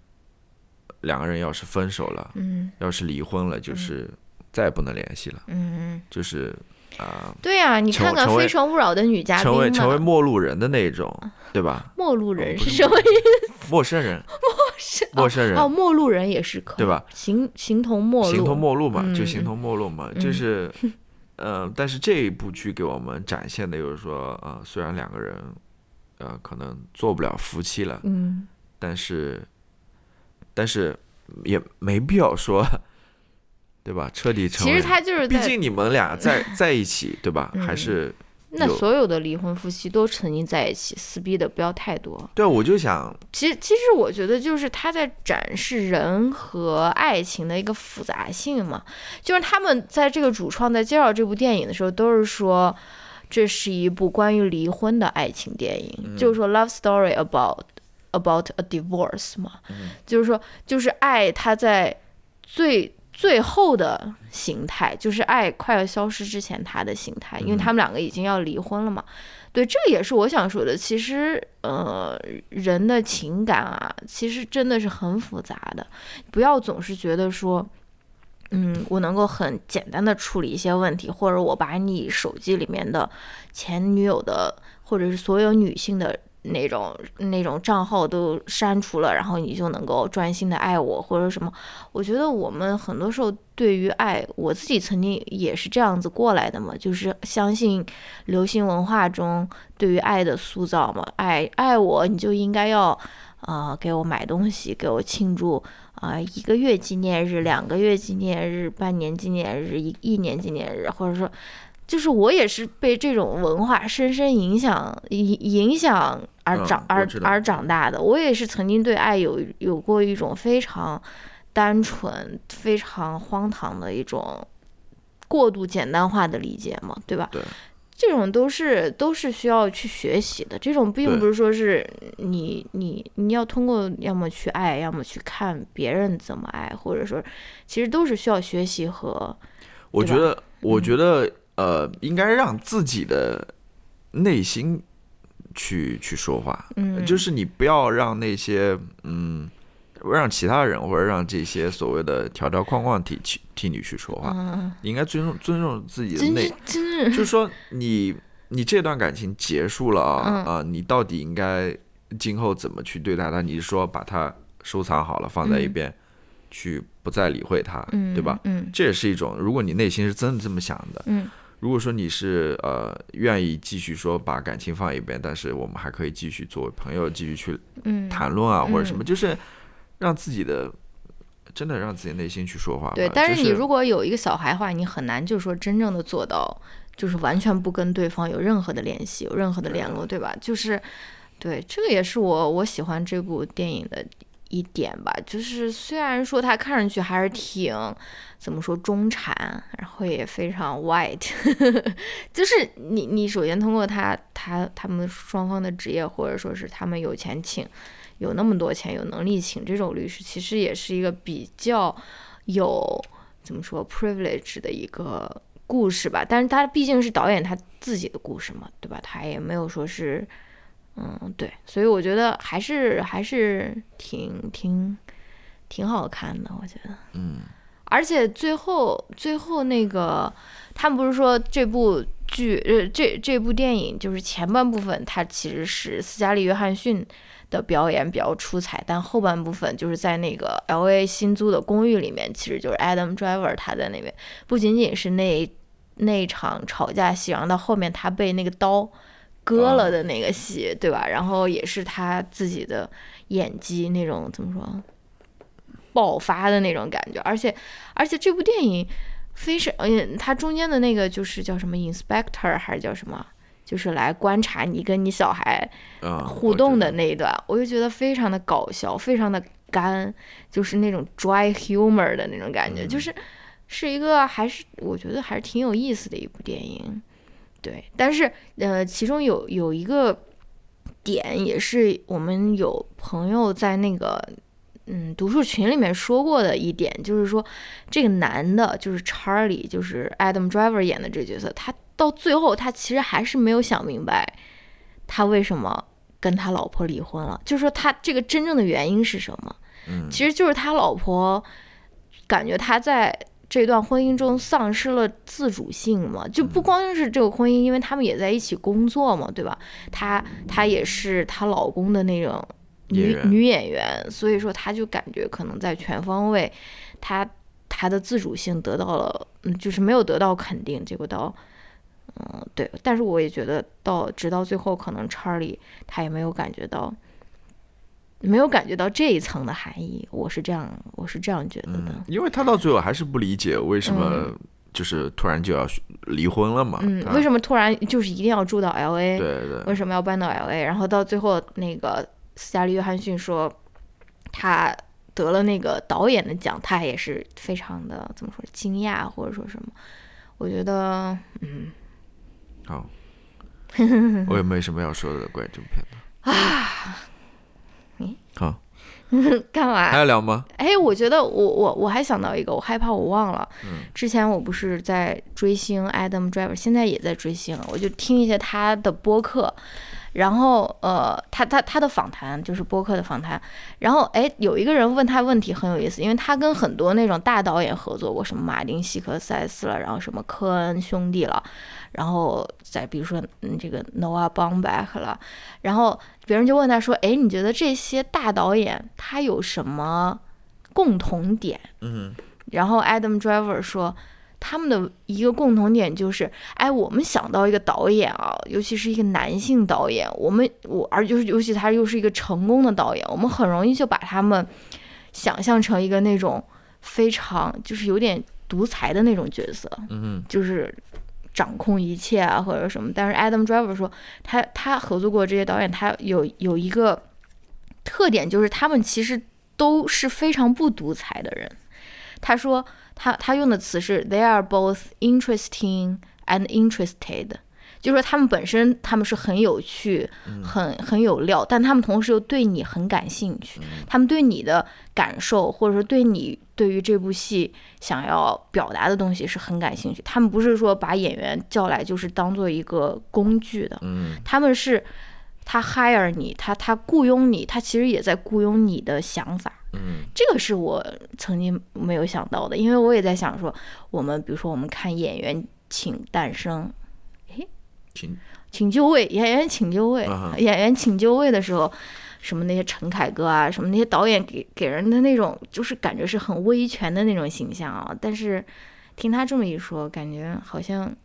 S2: 两个人要是分手了，
S1: 嗯
S2: 要是离婚了，就是再也不能联系了，
S1: 嗯，
S2: 就是啊、
S1: 对呀、你
S2: 成
S1: 看看
S2: 成
S1: 《
S2: 为
S1: 非诚勿扰》的女嘉宾
S2: 成为
S1: 嘛啊
S2: 成为陌路人的那种，对吧？
S1: 陌路
S2: 哦
S1: 人
S2: 不
S1: 是
S2: 是
S1: 什么意
S2: 陌 生人，
S1: 思？
S2: 陌生人
S1: 哦，陌路人也是可以
S2: 对吧？
S1: 形形同陌路，
S2: 形同陌路嘛，就
S1: 嗯
S2: 形同陌路嘛， 就是，呃，但是这一部剧给我们展现的就是说，呃，虽然两个人，呃，可能做不了夫妻了，
S1: 嗯
S2: 但是，但是也没必要说，对吧？彻底成
S1: 其
S2: 为
S1: 实，他就是
S2: 毕
S1: 在
S2: 竟你们俩在在一起，对吧？还
S1: 嗯
S2: 是
S1: 那
S2: 有
S1: 所有的离婚夫妻都曾经在一起，撕逼的不要太多。
S2: 对，啊我就想，
S1: 其实，其实我觉得就是他在展示人和爱情的一个复杂性嘛。就是他们在这个主创在介绍这部电影的时候，都是说这是一部关于离婚的爱情电影，就是说 love story about about a divorce 嘛，就是说就是爱它在最。最后的形态就是爱快要消失之前它的形态，因为他们两个已经要离婚了嘛。对，这也是我想说的。其实，呃，人的情感啊，其实真的是很复杂的。不要总是觉得说，嗯，我能够很简单的处理一些问题，或者我把你手机里面的前女友的，或者是所有女性的那种那种账号都删除了，然后你就能够专心的爱我，或者什么。我觉得我们很多时候对于爱，我自己曾经也是这样子过来的嘛，就是相信流行文化中对于爱的塑造嘛，爱爱我你就应该要。呃，给我买东西，给我庆祝，啊、一个月纪念日、两个月纪念日、半年纪念日、一一年纪念日，或者说，就是我也是被这种文化深深影响影影响而
S2: 嗯
S1: 长、
S2: 我
S1: 而
S2: 知道
S1: 而长大的。我也是曾经对爱有有过一种非常单纯、非常荒唐的一种过度简单化的理解嘛，对吧？
S2: 对
S1: 这种都是都是需要去学习的，这种并
S2: 对
S1: 不是说是你你你要通过要么去爱，要么去看别人怎么爱，或者说其实都是需要学习和
S2: 我
S1: 对
S2: 觉
S1: 吧嗯
S2: 得，我觉得，呃，应该让自己的内心去去说话，呃
S1: 嗯，
S2: 就是你不要让那些嗯，让其他人或者让这些所谓的条条框框替去替你去说话，
S1: 嗯，
S2: 你应该尊重尊重自己的
S1: 真
S2: 内
S1: 是，真是
S2: 就是说你你这段感情结束了啊、
S1: 嗯
S2: 啊，你到底应该今后怎么去对待它？你是说把它收藏好了放在一
S1: 嗯
S2: 边，去不再理会它，
S1: 嗯，
S2: 对吧？
S1: 嗯
S2: 这也是一种，如果你内心是真的这么想的，
S1: 嗯
S2: 如果说你是呃愿意继续说把感情放一边，但是我们还可以继续作为朋友继续去
S1: 嗯，
S2: 谈论啊，或者什么，
S1: 嗯
S2: 就是让自己的真的让自己内心去说话吧。
S1: 对。但
S2: 就是
S1: 你如果有一个小孩的话，你很难就是说真正的做到，就是完全不跟对方有任何的联系，有任何的联络，
S2: 嗯
S1: 对吧？就是对，这个也是我我喜欢这部电影的一点吧。就是虽然说它看上去还是挺怎么说中产，然后也非常 white，就是你你首先通过他他他们双方的职业，或者说是他们有钱请，有那么多钱，有能力请这种律师，其实也是一个比较有怎么说 privilege 的一个。故事吧，但是他毕竟是导演他自己的故事嘛，对吧？他也没有说是嗯，对，所以我觉得还是还是挺挺挺好看的，我觉得。
S2: 嗯，
S1: 而且最后最后那个，他们不是说这部剧呃这这部电影就是前半部分，它其实是斯嘉丽约翰逊的表演比较出彩，但后半部分就是在那个 L A 新租的公寓里面，其实就是 Adam Driver 他在那边，不仅仅是那那一场吵架戏，然后到后面他被那个刀。割了的那个戏，对吧？然后也是他自己的演技那种怎么说，爆发的那种感觉。而且，而且这部电影非常，嗯，它中间的那个就是叫什么 inspector 还是叫什么，就是来观察你跟你小孩
S2: 啊，
S1: 互动的那一段，我就觉得非常的搞笑，非常的干，就是那种 dry humor 的那种感觉，就是是一个还是我觉得还是挺有意思的一部电影。对，但是呃，其中有有一个点，也是我们有朋友在那个嗯读书群里面说过的一点，就是说这个男的，就是 Charlie，就是 Adam Driver 演的这角色，他到最后他其实还是没有想明白他为什么跟他老婆离婚了，就是说他这个真正的原因是什么？
S2: 嗯，
S1: 其实就是他老婆感觉他在。这段婚姻中丧失了自主性嘛？就
S2: 嗯
S1: 不光是这个婚姻，因为他们也在一起工作嘛，对吧？她她也是她老公的那种
S2: 嗯演
S1: 女
S2: 员
S1: 女演员，所以说她就感觉可能在全方位，她她的自主性得到了，嗯，就是没有得到肯定，结果到，嗯，对。但是我也觉得到直到最后，可能查理他也没有感觉到。没有感觉到这一层的含义，我是这样，我是这样觉得的。
S2: 嗯因为他到最后还是不理解为什么就是突然就要离婚了嘛，
S1: 嗯，
S2: 他
S1: 为什么突然就是一定要住到 L A？
S2: 对对
S1: 为什么要搬到 L A？然后到最后，那个斯嘉丽·约翰逊说，他得了那个导演的奖，他也是非常的怎么说惊讶或者说什么？我觉得，嗯，
S2: 好，我也没什么要说的关于这部片子。好，
S1: 干嘛
S2: 还？要聊吗？
S1: 哎，我觉得我我我还想到一个，我害怕我忘了。之前我不是在追星 Adam Driver，现在也在追星，我就听一些他的播客，然后呃，他他他的访谈就是播客的访谈，然后哎，有一个人问他问题很有意思，因为他跟很多那种大导演合作过，什么马丁·西克塞斯了，然后什么科恩兄弟了，然后再比如说嗯这个 Noah Baumbach 了，然后别人就问他说，哎，你觉得这些大导演他有什么？共同点。
S2: 嗯，
S1: 然后 Adam Driver 说，他们的一个共同点就是，哎，我们想到一个导演啊，尤其是一个男性导演，我们我而就是尤其他又是一个成功的导演，我们很容易就把他们想象成一个那种非常就是有点独裁的那种角色，
S2: 嗯
S1: 就是掌控一切啊，或者什么。但是 Adam Driver 说，他他合作过这些导演，他有有一个特点，就是他们其实都是非常不独裁的人。他说，他他用的词是 “they are both interesting and interested”，就是说他们本身他们是很有趣、很很有料，但他们同时又对你很感兴趣，他们对你的感受，或者说对你对于这部戏想要表达的东西是很感兴趣。他们不是说把演员叫来就是当做一个工具的，
S2: 嗯
S1: 他们是他 hire 你，他他雇佣你，他其实也在雇佣你的想法。
S2: 嗯
S1: 这个是我曾经没有想到的，因为我也在想说，我们比如说我们看演员请诞生，
S2: 请
S1: 请就位，演员请就位，
S2: 啊哈
S1: 演员请就位的时候，什么那些陈凯歌啊，什么那些导演给给人的那种，就是感觉是很威权的那种形象啊。但是听他这么一说，感觉好像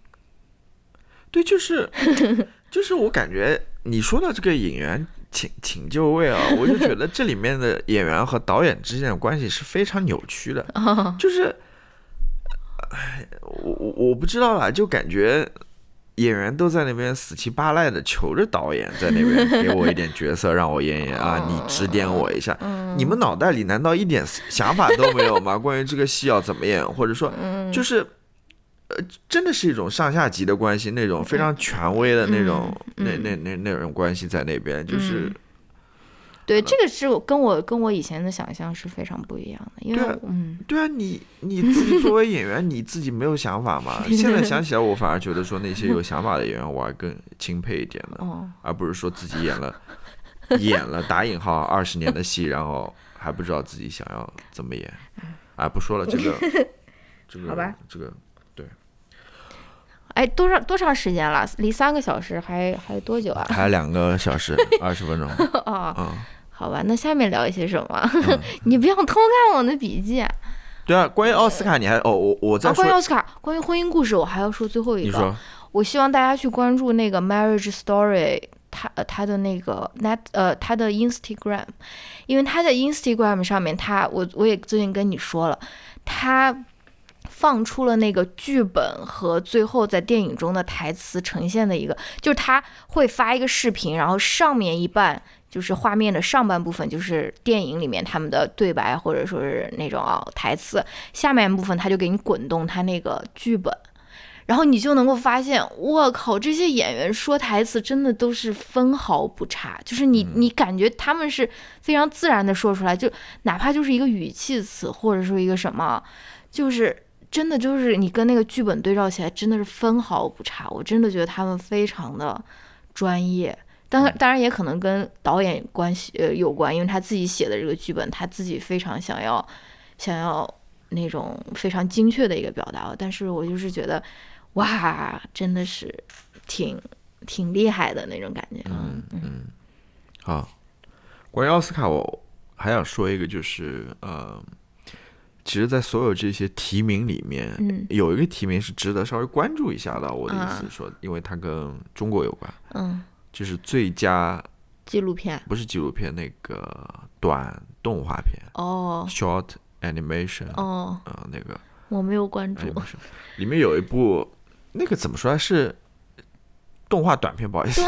S2: 对，就是 就是我感觉你说到这个演员请请就位啊，我就觉得这里面的演员和导演之间的关系是非常扭曲的，就是，哎，我我我不知道啦，就感觉。演员都在那边死乞八赖的求着导演在那边给我一点角色让我演演啊，你指点我一下。你们脑袋里难道一点想法都没有吗？关于这个戏要怎么演，或者说
S1: 嗯
S2: 就是呃真的是一种上下级的关系，那
S1: 嗯
S2: 种非常权威的那种，那那那那种关系在那边，
S1: 嗯
S2: 就是、
S1: 对
S2: 嗯
S1: 这个是我跟我跟我以前的想象是非常不一样的，因为
S2: 对啊
S1: 我嗯
S2: 对啊，你你自己作为演员，你自己没有想 法吗？现在想起来，我反而觉得说那些有想法的演员，我还更钦佩一点呢，
S1: 哦
S2: 而不是说自己演了演了打引号二十年的戏，然后还不知道自己想要怎么演。哎，不说了，这个这个
S1: 好吧
S2: 这个
S1: 哎，多少多长时间了？离三个小时还还多久啊？
S2: 还有两个小时二十分钟，
S1: 哦，
S2: 嗯，
S1: 好吧，那下面聊一些什么？ 你不要偷看我的笔记啊！
S2: 对啊，关于奥斯卡你还哦，我我再
S1: 啊，
S2: 说
S1: 关于，奥斯卡，关于婚姻故事，我还要说最后一
S2: 你
S1: 个。
S2: 说
S1: 我希望大家去关注那个 Marriage Story，他呃他的那个 net 呃他的 Instagram，因为他在 Instagram 上面他，我我也最近跟你说了，他放出了那个剧本和最后在电影中的台词呈现的一个，就是他会发一个视频，然后上面一半。就是画面的上半部分，就是电影里面他们的对白或者说是那种、啊台词，下面部分他就给你滚动他那个剧本，然后你就能够发现，我靠，这些演员说台词真的都是分毫不差，就是你你感觉他们是非常自然的说出来，就哪怕就是一个语气词，或者说一个什么，就是真的就是你跟那个剧本对照起来，真的是分毫不差。我真的觉得他们非常的专业，当然当然也可能跟导演关系呃有关，因为他自己写的这个剧本，他自己非常想要想要那种非常精确的一个表达，但是我就是觉得。哇，真的是挺挺厉害的那种感觉。嗯
S2: 好，关于奥斯卡，我还想说一个，就是呃，其实，在所有这些提名里面，
S1: 嗯
S2: 有一个提名是值得稍微关注一下的。我的意思
S1: 啊
S2: 是说，因为它跟中国有关，
S1: 嗯，
S2: 就是最佳
S1: 纪录片
S2: 不是纪录片，那个短动画片
S1: 哦
S2: （short animation） 啊、
S1: 哦，
S2: 呃，那个
S1: 我没有关注。
S2: animation 里面有一部，那个怎么说来是动画短片，不好意思，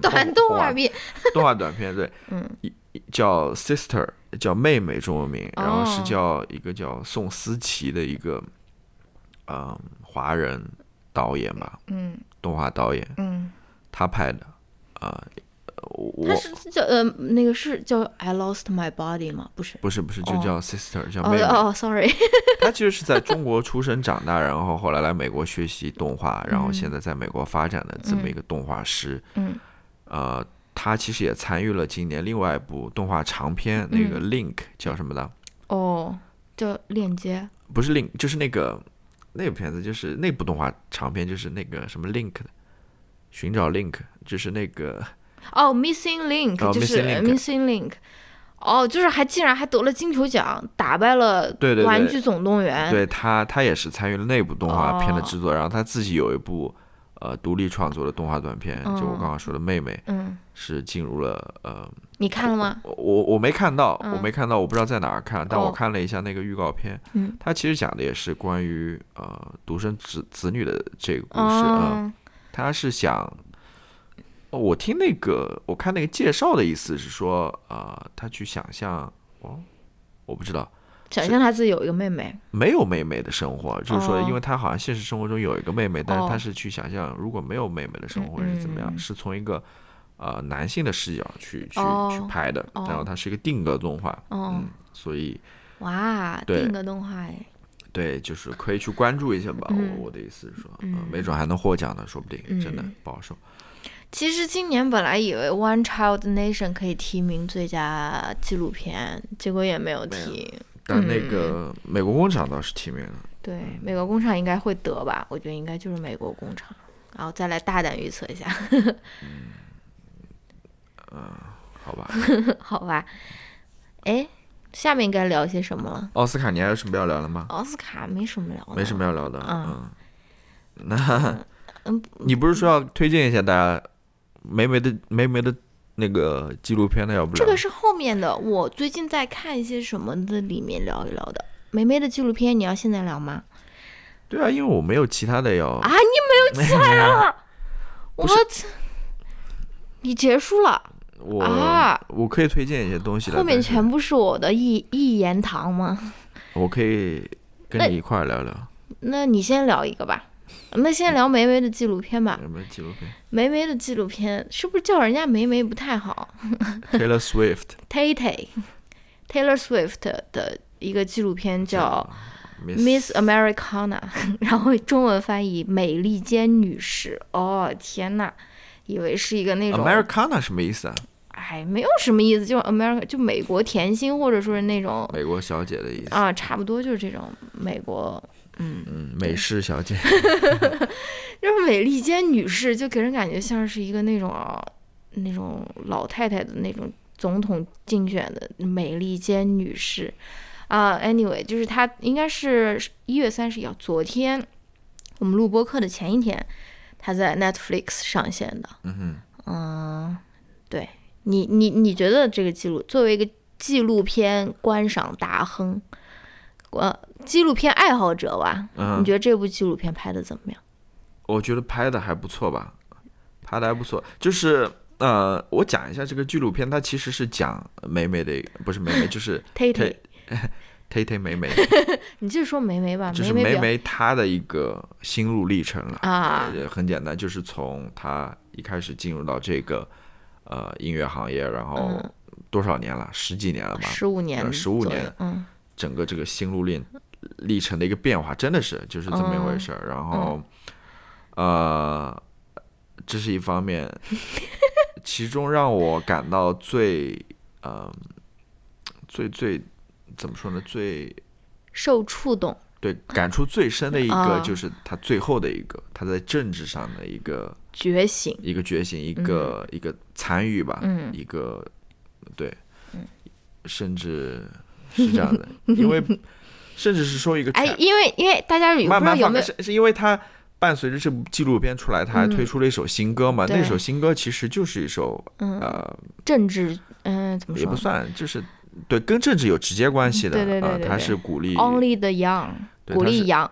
S1: 动 画啊短动画
S2: 片。
S1: 片，
S2: 动画短片，对，
S1: 嗯
S2: 一，一叫 Sister，叫妹妹中文名，然后是
S1: 哦
S2: 叫一个叫宋思琪的一个，嗯，华人导演吧，
S1: 嗯
S2: 动画导演，
S1: 嗯，
S2: 他拍的，啊、呃我
S1: 它是叫呃那个是叫 I lost my body 吗？不是。
S2: 不是不是，就
S1: 哦
S2: 叫 Sister，叫
S1: 哦
S2: 妹妹，
S1: 哦，sorry，
S2: 他其实是在中国出生长大，然后后来来美国学习动画，然后现在在美国发展的这么一个动画师。
S1: 嗯，
S2: 呃，他其实也参与了今年另外一部动画长片，那
S1: 嗯
S2: 个 Link 叫什么的？
S1: 哦，叫链接，
S2: 不是 Link，就是那个那个片子，就是那部动画长片，就是那个什么 Link 的，寻找 Link，就是那个
S1: 哦，Missing Link
S2: 哦
S1: 就是
S2: Missing Link
S1: Missing Link，哦，就是还竟然还得了金球奖，打败了
S2: 对对对
S1: 《玩具总动员》
S2: 对他，他也是参与了那部动画片的
S1: 哎哦
S2: 制作，然后他自己有一部呃独立创作的动画短片，就我刚刚说的《妹妹》，
S1: 嗯，
S2: 是进入了呃，
S1: 你看了吗？
S2: 我我我没看到，我没看到，我不知道在哪儿看，
S1: 嗯
S2: 但
S1: 哦
S2: 我看了一下那个预告片，
S1: 嗯
S2: 它其实讲的也是关于呃独生子子女的这个故事啊。
S1: 哦，
S2: 他是想，哦我听那个，我看那个介绍的意思是说，呃，他去想象，哦，我不知道，
S1: 想象他自己有一个妹妹，
S2: 没有妹妹的生活，就是说，
S1: 哦
S2: 因为他好像现实生活中有一个妹妹，但是他
S1: 哦
S2: 是去想象如果没有妹妹的生活是怎么样，
S1: 嗯嗯嗯
S2: 是从一个呃男性的视角去去、
S1: 哦
S2: 去拍的，
S1: 哦
S2: 然后它是一个定格动画，
S1: 哦
S2: 嗯，所以
S1: 哇，
S2: 对
S1: 定格动画哎，
S2: 对，就是可以去关注一下吧，
S1: 嗯
S2: 我我的意思是说，嗯、没准还能获奖呢，说不定、真的不好说。
S1: 其实今年本来以为《One Child Nation》可以提名最佳纪录片，结果也没有提。
S2: 但那个
S1: 嗯
S2: 美国工厂倒是提名了。
S1: 对，
S2: 嗯
S1: 美国工厂应该会得吧？我觉得应该就是美国工厂。然后再来大胆预测一下，
S2: 好吧，
S1: 好吧？哎，下面该聊些什么了？
S2: 奥斯卡，你还有什么要聊的吗？
S1: 奥斯卡没什么聊的，
S2: 没什么要聊的，嗯
S1: 嗯。
S2: 那
S1: 嗯，
S2: 你不是说要推荐一下大家梅梅的梅梅的那个纪录片的？要不
S1: 这
S2: 聊
S1: 个是后面的，我最近在看一些什么的，里面聊一聊的。梅梅的纪录片，你要现在聊吗？
S2: 对啊，因为我没有其他的要
S1: 啊，你没有钱啊！我
S2: 不是
S1: 操 你结束了，
S2: 我
S1: 啊
S2: 我可以推荐一些东西的，
S1: 后面
S2: 但是
S1: 全部是我的一一言堂吗？
S2: 我可以
S1: 那啊
S2: 跟你一块儿聊聊
S1: 那你先聊一个吧。那先聊梅梅的纪录片吧。
S2: 有没有纪录片
S1: 梅梅的纪录片是不是叫人家梅梅不太好
S2: ？Taylor Swift
S1: ？Tay Tay Taylor Swift 的一个纪录片叫《Miss Americana》，然 后中文翻译《美利坚女士》。哦，天呐，以为是一个那种
S2: Americana 什么意思啊？
S1: 哎哎，没有什么意思，就是 America，就美国甜心，或者说是那种
S2: 美国小姐的意思
S1: 啊，差不多就是这种美国，嗯，
S2: 嗯，美式小姐，
S1: 就是美利坚女士，就给人感觉像是一个那种啊那种老太太的那种总统竞选的美利坚女士啊。anyway，就是她应该是一月三十一号，昨天我们录播课的前一天，她在 Netflix 上线的。
S2: 嗯哼，
S1: 嗯，对你，你你觉得这个记录作为一个纪录片观赏大亨，呃，纪录片爱好者吧，你
S2: 嗯，
S1: 觉得这部纪录片拍的怎么样？
S2: 我觉得拍的还不错吧，拍的还不错，就是。呃，我讲一下这个纪录片，它其实是讲美美的，不是美美，就是
S1: 忒
S2: 忒
S1: 忒，
S2: 忒忒美美，
S1: 你就是说梅梅吧，
S2: 就是
S1: 啊梅
S2: 梅
S1: 比较
S2: 梅她的一个心路历程了。
S1: 啊，
S2: 呃，很简单，就是从她一开始进入到这个呃音乐行业，然后
S1: 嗯
S2: 多少年了，十几年了吧，
S1: 十五年，
S2: 呃15
S1: 左右
S2: 年，
S1: 嗯
S2: 整个这个心路历历程的一个变化，真的是就是这么一回事儿。然后，呃，这是一方面，其中让我感到最嗯、最最怎么说呢？最
S1: 受触动，
S2: 对感触最深的一个
S1: 啊
S2: 就是他最后的一个他在政治上的一个
S1: 觉醒，
S2: 一个觉醒，一个、一个参与吧，
S1: 嗯
S2: 一个对，甚至是 这样的，因为甚至是说一个
S1: 哎
S2: 全，
S1: 因为因为大家有不
S2: 慢
S1: 知道
S2: 慢
S1: 有
S2: 放
S1: 没
S2: 开，
S1: 有嗯
S2: 是是因为他伴随着这部纪录片出来，他还推出了一首新歌嘛？
S1: 对
S2: 那首新歌其实就是一首呃，
S1: 嗯政治，嗯，怎么
S2: 也
S1: 说
S2: 不算，就是对跟政治有直接关系的
S1: 嗯对对对
S2: 啊，
S1: 对
S2: 他
S1: 对
S2: 是鼓励
S1: ？Only the young，
S2: 对
S1: 鼓
S2: 它
S1: 励
S2: 是
S1: young，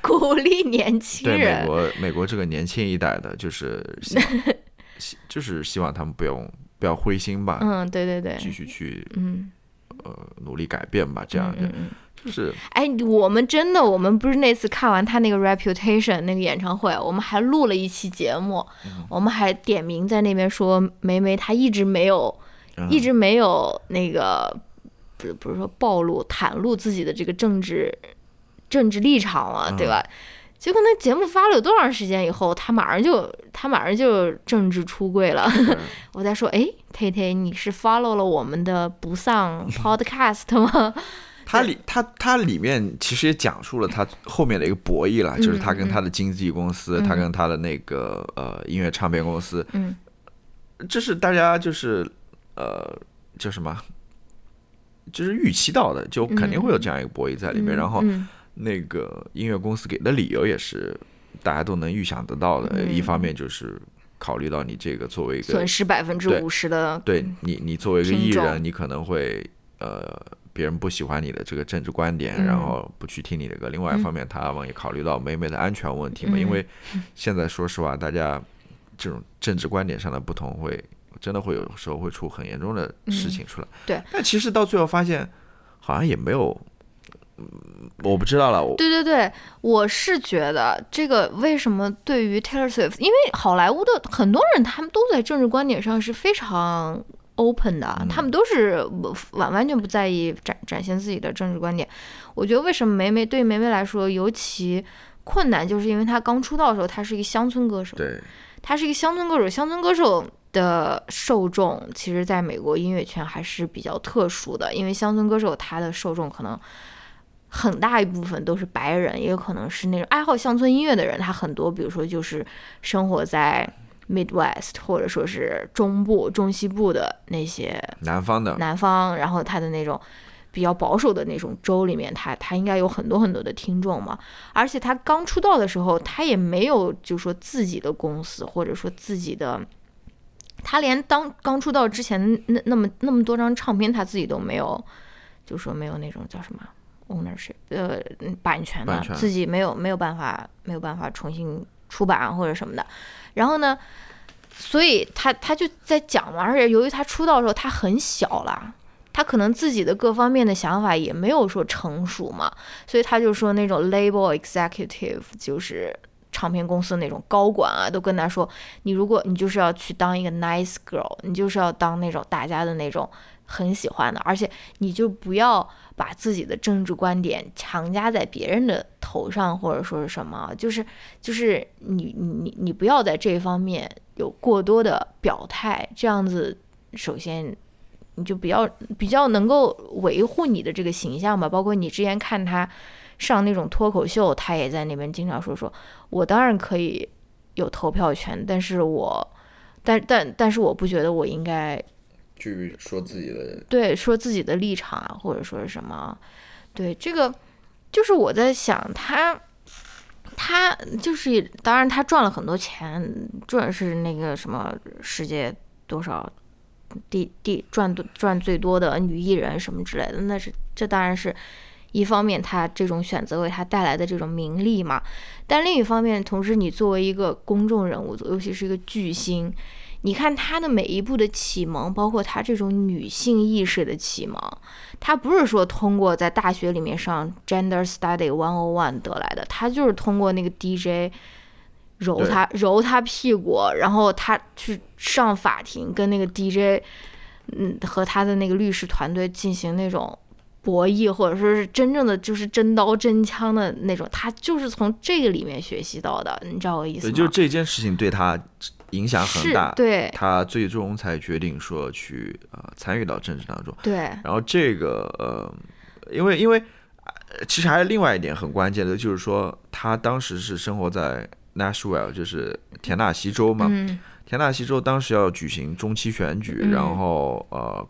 S1: 鼓励年轻
S2: 对美
S1: 人，
S2: 国美国这个年轻一代的，就是 希望希就是希望他们不用不要灰心吧，
S1: 嗯，对对对，
S2: 继续去
S1: 嗯，
S2: 呃努力改变吧，这样
S1: 嗯
S2: 的
S1: 嗯嗯
S2: 就是
S1: 哎，我们真的，我们不是那次看完他那个 Reputation 那个演唱会，我们还录了一期节目，
S2: 嗯
S1: 我们还点名在那边说梅梅她一直没有，
S2: 嗯
S1: 一直没有那个，不是不是说暴露袒露自己的这个政治政治立场了，对
S2: 嗯
S1: 吧？结果那节目发了有多长时间以后，他马上就他马上就政治出柜了。
S2: 对
S1: 我在说，哎，忒忒，你是 follow 了我们的不 丧 podcast 吗？
S2: 它里它它里面其实也讲述了他后面的一个博弈啦，就是他
S1: 嗯
S2: 跟他的经纪公司，他跟他的那个呃音乐唱片公司，
S1: 嗯，
S2: 这是大家就是呃叫什么，就是预期到的，就肯定会有这样一个博弈在里面。然后
S1: 嗯
S2: 那个音乐公司给的理由也是大家都能预想得到的，
S1: 嗯
S2: 一方面就是考虑到你这个作为一个
S1: 损失百分之五十的，
S2: 对你，你作为一个
S1: 嗯听
S2: 艺
S1: 众
S2: 人，你可能会呃，别人不喜欢你的这个政治观点，
S1: 嗯
S2: 然后不去听你的歌。另外一方面，他们也考虑到美美的安全问题嘛，
S1: 嗯
S2: 因为现在说实话，大家这种政治观点上的不同会，真的会有时候会出很严重的事情出来。
S1: 嗯对，
S2: 但其实到最后发现，好像也没有，嗯，我不知道了，我
S1: 对对对，我是觉得这个为什么对于 Taylor Swift，因为好莱坞的很多人他们都在政治观点上是非常 open 的，他们都是完完全不在意展展现自己的政治观点。我觉得为什么梅梅对于梅梅来说尤其困难，就是因为她刚出道的时候，她是一个乡村歌手，
S2: 对，
S1: 她是一个乡村歌手，乡村歌手。的受众其实，在美国音乐圈还是比较特殊的，因为乡村歌手他的受众可能很大一部分都是白人，也有可能是那种爱好乡村音乐的人。他很多，比如说就是生活在 Midwest 或者说是中部、中西部的那些
S2: 南方的，
S1: 南方，然后他的那种比较保守的那种州里面，他他应该有很多很多的听众嘛。而且他刚出道的时候，他也没有就说自己的公司或者说自己的，他连当刚出道之前那那么那么多张唱片他自己都没有，就说没有那种叫什么 ownership 呃嗯版权嘛
S2: 版，权
S1: 自己没有没有办法没有办法重新出版或者什么的。然后呢，所以他他就在讲嘛，而且由于他出道的时候他很小啦，他可能自己的各方面的想法也没有说成熟嘛，所以他就说那种 label executive 就是唱片公司那种高管啊，都跟他说，你如果你就是要去当一个 nice girl，你就是要当那种大家的那种很喜欢的，而且你就不要把自己的政治观点强加在别人的头上，或者说是什么，就是就是你你你你不要在这方面有过多的表态，这样子首先你就比较比较能够维护你的这个形象吧。包括你之前看他上那种脱口秀，他也在那边经常说说，我当然可以有投票权，但是我但但但是我不觉得我应该。
S2: 去说自己的
S1: 对，说自己的立场啊，或者说是什么，对这个，就是我在想他，他就是当然他赚了很多钱，赚是那个什么世界多少第第赚赚最多的女艺人什么之类的，那是这当然是一方面，他这种选择为他带来的这种名利嘛，但另一方面，同时你作为一个公众人物，尤其是一个巨星。你看她的每一步的启蒙，包括她这种女性意识的启蒙，她不是说通过在大学里面上 gender study one o one 得来的，她就是通过那个 DJ 揉她揉她屁股，然后她去上法庭跟那个 DJ，嗯，和他的那个律师团队进行那种博弈，或者说是真正的就是真刀真枪的那种，她就是从这个里面学习到的，你知道我意思吗？
S2: 对，就是这件事情对她。影响很大，
S1: 对，
S2: 他最终才决定说去呃参与到政治当中，
S1: 对。
S2: 然后这个呃，因为因为、呃、其实还有另外一点很关键的，就是说他当时是生活在 Nashville，就是田纳西州嘛，
S1: 嗯、
S2: 田纳西州当时要举行中期选举，
S1: 嗯、
S2: 然后呃，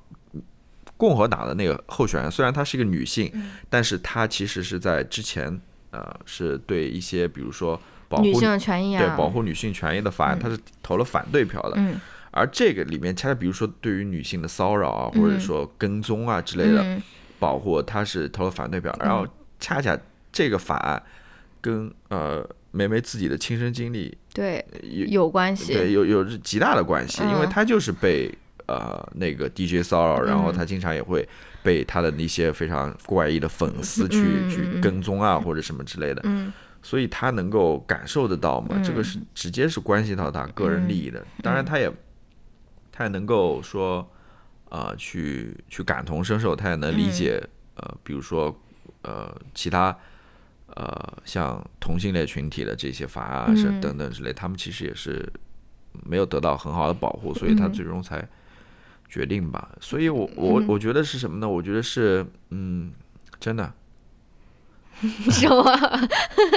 S2: 共和党的那个候选人虽然她是一个女性，
S1: 嗯、
S2: 但是她其实是在之前呃是对一些比如说。保护
S1: 女性权益啊，
S2: 对保护女性权益的法
S1: 嗯、
S2: 案，他是投了反对票的。
S1: 嗯，
S2: 而这个里面，恰恰比如说对于女性的骚扰啊，
S1: 嗯
S2: 或者说跟踪啊之类的、
S1: 嗯
S2: 保护，他是投了反对票。
S1: 嗯
S2: 然后恰恰这个法案跟呃梅梅自己的亲身经历
S1: 对
S2: 有
S1: 有关系，
S2: 对有有极大的关系，
S1: 嗯
S2: 因为她就是被呃那个 DJ 骚扰，然后
S1: 嗯
S2: 她经常也会被她的一些非常怪异的粉丝去、
S1: 嗯嗯嗯
S2: 去跟踪啊或者什么之类的。
S1: 嗯
S2: 所以他能够感受得到嘛，这个是直接是关系到他个人利益的。当然，他也他也能够说，呃，去去感同身受，他也能理解，呃，比如说呃其他呃像同性恋群体的这些法案啊是
S1: 嗯
S2: 等等之类，他们其实也是没有得到很好的保护，所以他最终才决定吧。所以我我我觉得是什么呢？我觉得是嗯，真的。
S1: 什么？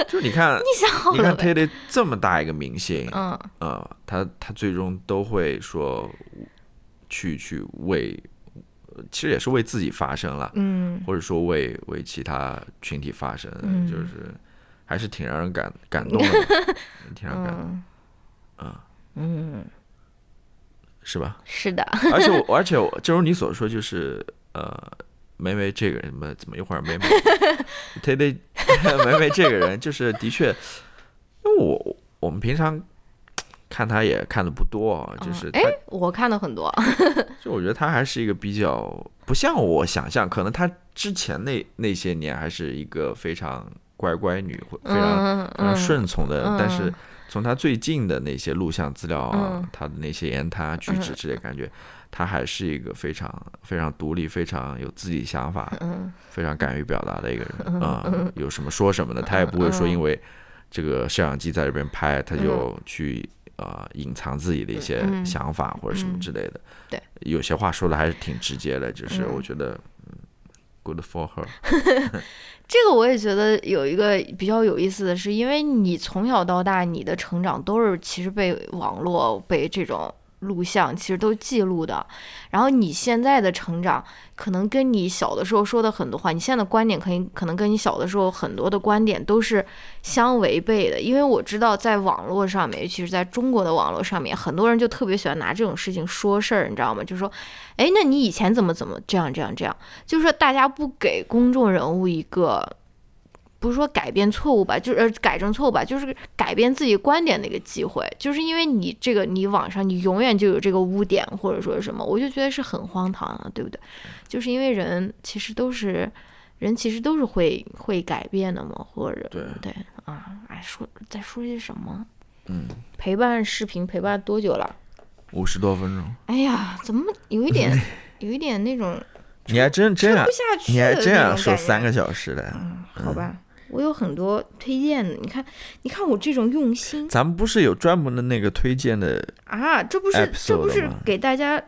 S2: 就你看，
S1: 你想好
S2: 你看
S1: 了呗？
S2: 泰勒这么大一个明星，
S1: 嗯，
S2: 呃，他他最终都会说去去为，呃其实也是为自己发声了，
S1: 嗯，
S2: 或者说为为其他群体发声，
S1: 嗯
S2: 就是还是挺让人感感动的， 挺让人感动，
S1: 嗯，
S2: 是吧？
S1: 是的，
S2: 而且我而且我正如你所说，就是呃，梅梅这个人嘛，怎么一会儿梅梅，忒得梅梅这个人，就是的确，因为我我们平常看她也看的不多啊，就是她
S1: 哎，我看了很多，
S2: 就我觉得她还是一个比较不像我想象，可能她之前那那些年还是一个非常乖乖女，或非
S1: 嗯
S2: 常非常
S1: 嗯
S2: 呃顺从的人，但是
S1: 嗯
S2: 从他最近的那些录像资料啊，
S1: 嗯
S2: 他的那些言谈啊举止之类，感觉他还是一个非常非常独立、非常有自己想法、
S1: 嗯
S2: 非常敢于表达的一个人啊、有什么说什么的，
S1: 嗯
S2: 他也不会说因为这个摄像机在这边拍，他就去。啊、隐藏自己的一些
S1: 嗯
S2: 想法或者什么
S1: 嗯
S2: 之类的，
S1: 对，
S2: 有些话说的还是挺直接的，就是
S1: 嗯
S2: 我觉得、嗯、，good for her，
S1: 这个我也觉得有一个比较有意思的是，因为你从小到大你的成长都是其实被网络、被这种录像其实都记录的，然后你现在的成长可能跟你小的时候说的很多话，你现在的观点可以可能跟你小的时候很多的观点都是相违背的，因为我知道在网络上面，尤其是在中国的网络上面，很多人就特别喜欢拿这种事情说事儿，你知道吗？就是说，哎，那你以前怎么怎么这样这样这样。就是说大家不给公众人物一个，不是说改变错误吧，就是呃改正错误吧，就是改变自己观点的一个机会。就是因为你这个，你网上你永远就有这个污点或者说是什么，我就觉得是很荒唐啊，对不对？就是因为人其实都是。人其实都是会会改变的嘛，或者
S2: 对
S1: 对啊，哎，说在说些什么？
S2: 嗯，
S1: 陪伴视频陪伴多久了？
S2: 五十多分钟，
S1: 哎呀，怎么有一点有一点那种
S3: 你还真真
S1: 撑
S3: 想
S1: 不，下去
S3: 你还
S1: 的
S3: 真
S1: 那
S3: 想
S1: 种
S3: 说
S1: 感觉
S3: 三个小时嘞？
S1: 嗯，好吧，我有很多推荐的，你看，你看我这种用心
S3: 咱们不是有专门的那个推荐的？
S1: 啊，这不是这
S3: episode
S1: 不是
S3: 吗
S1: 给大家，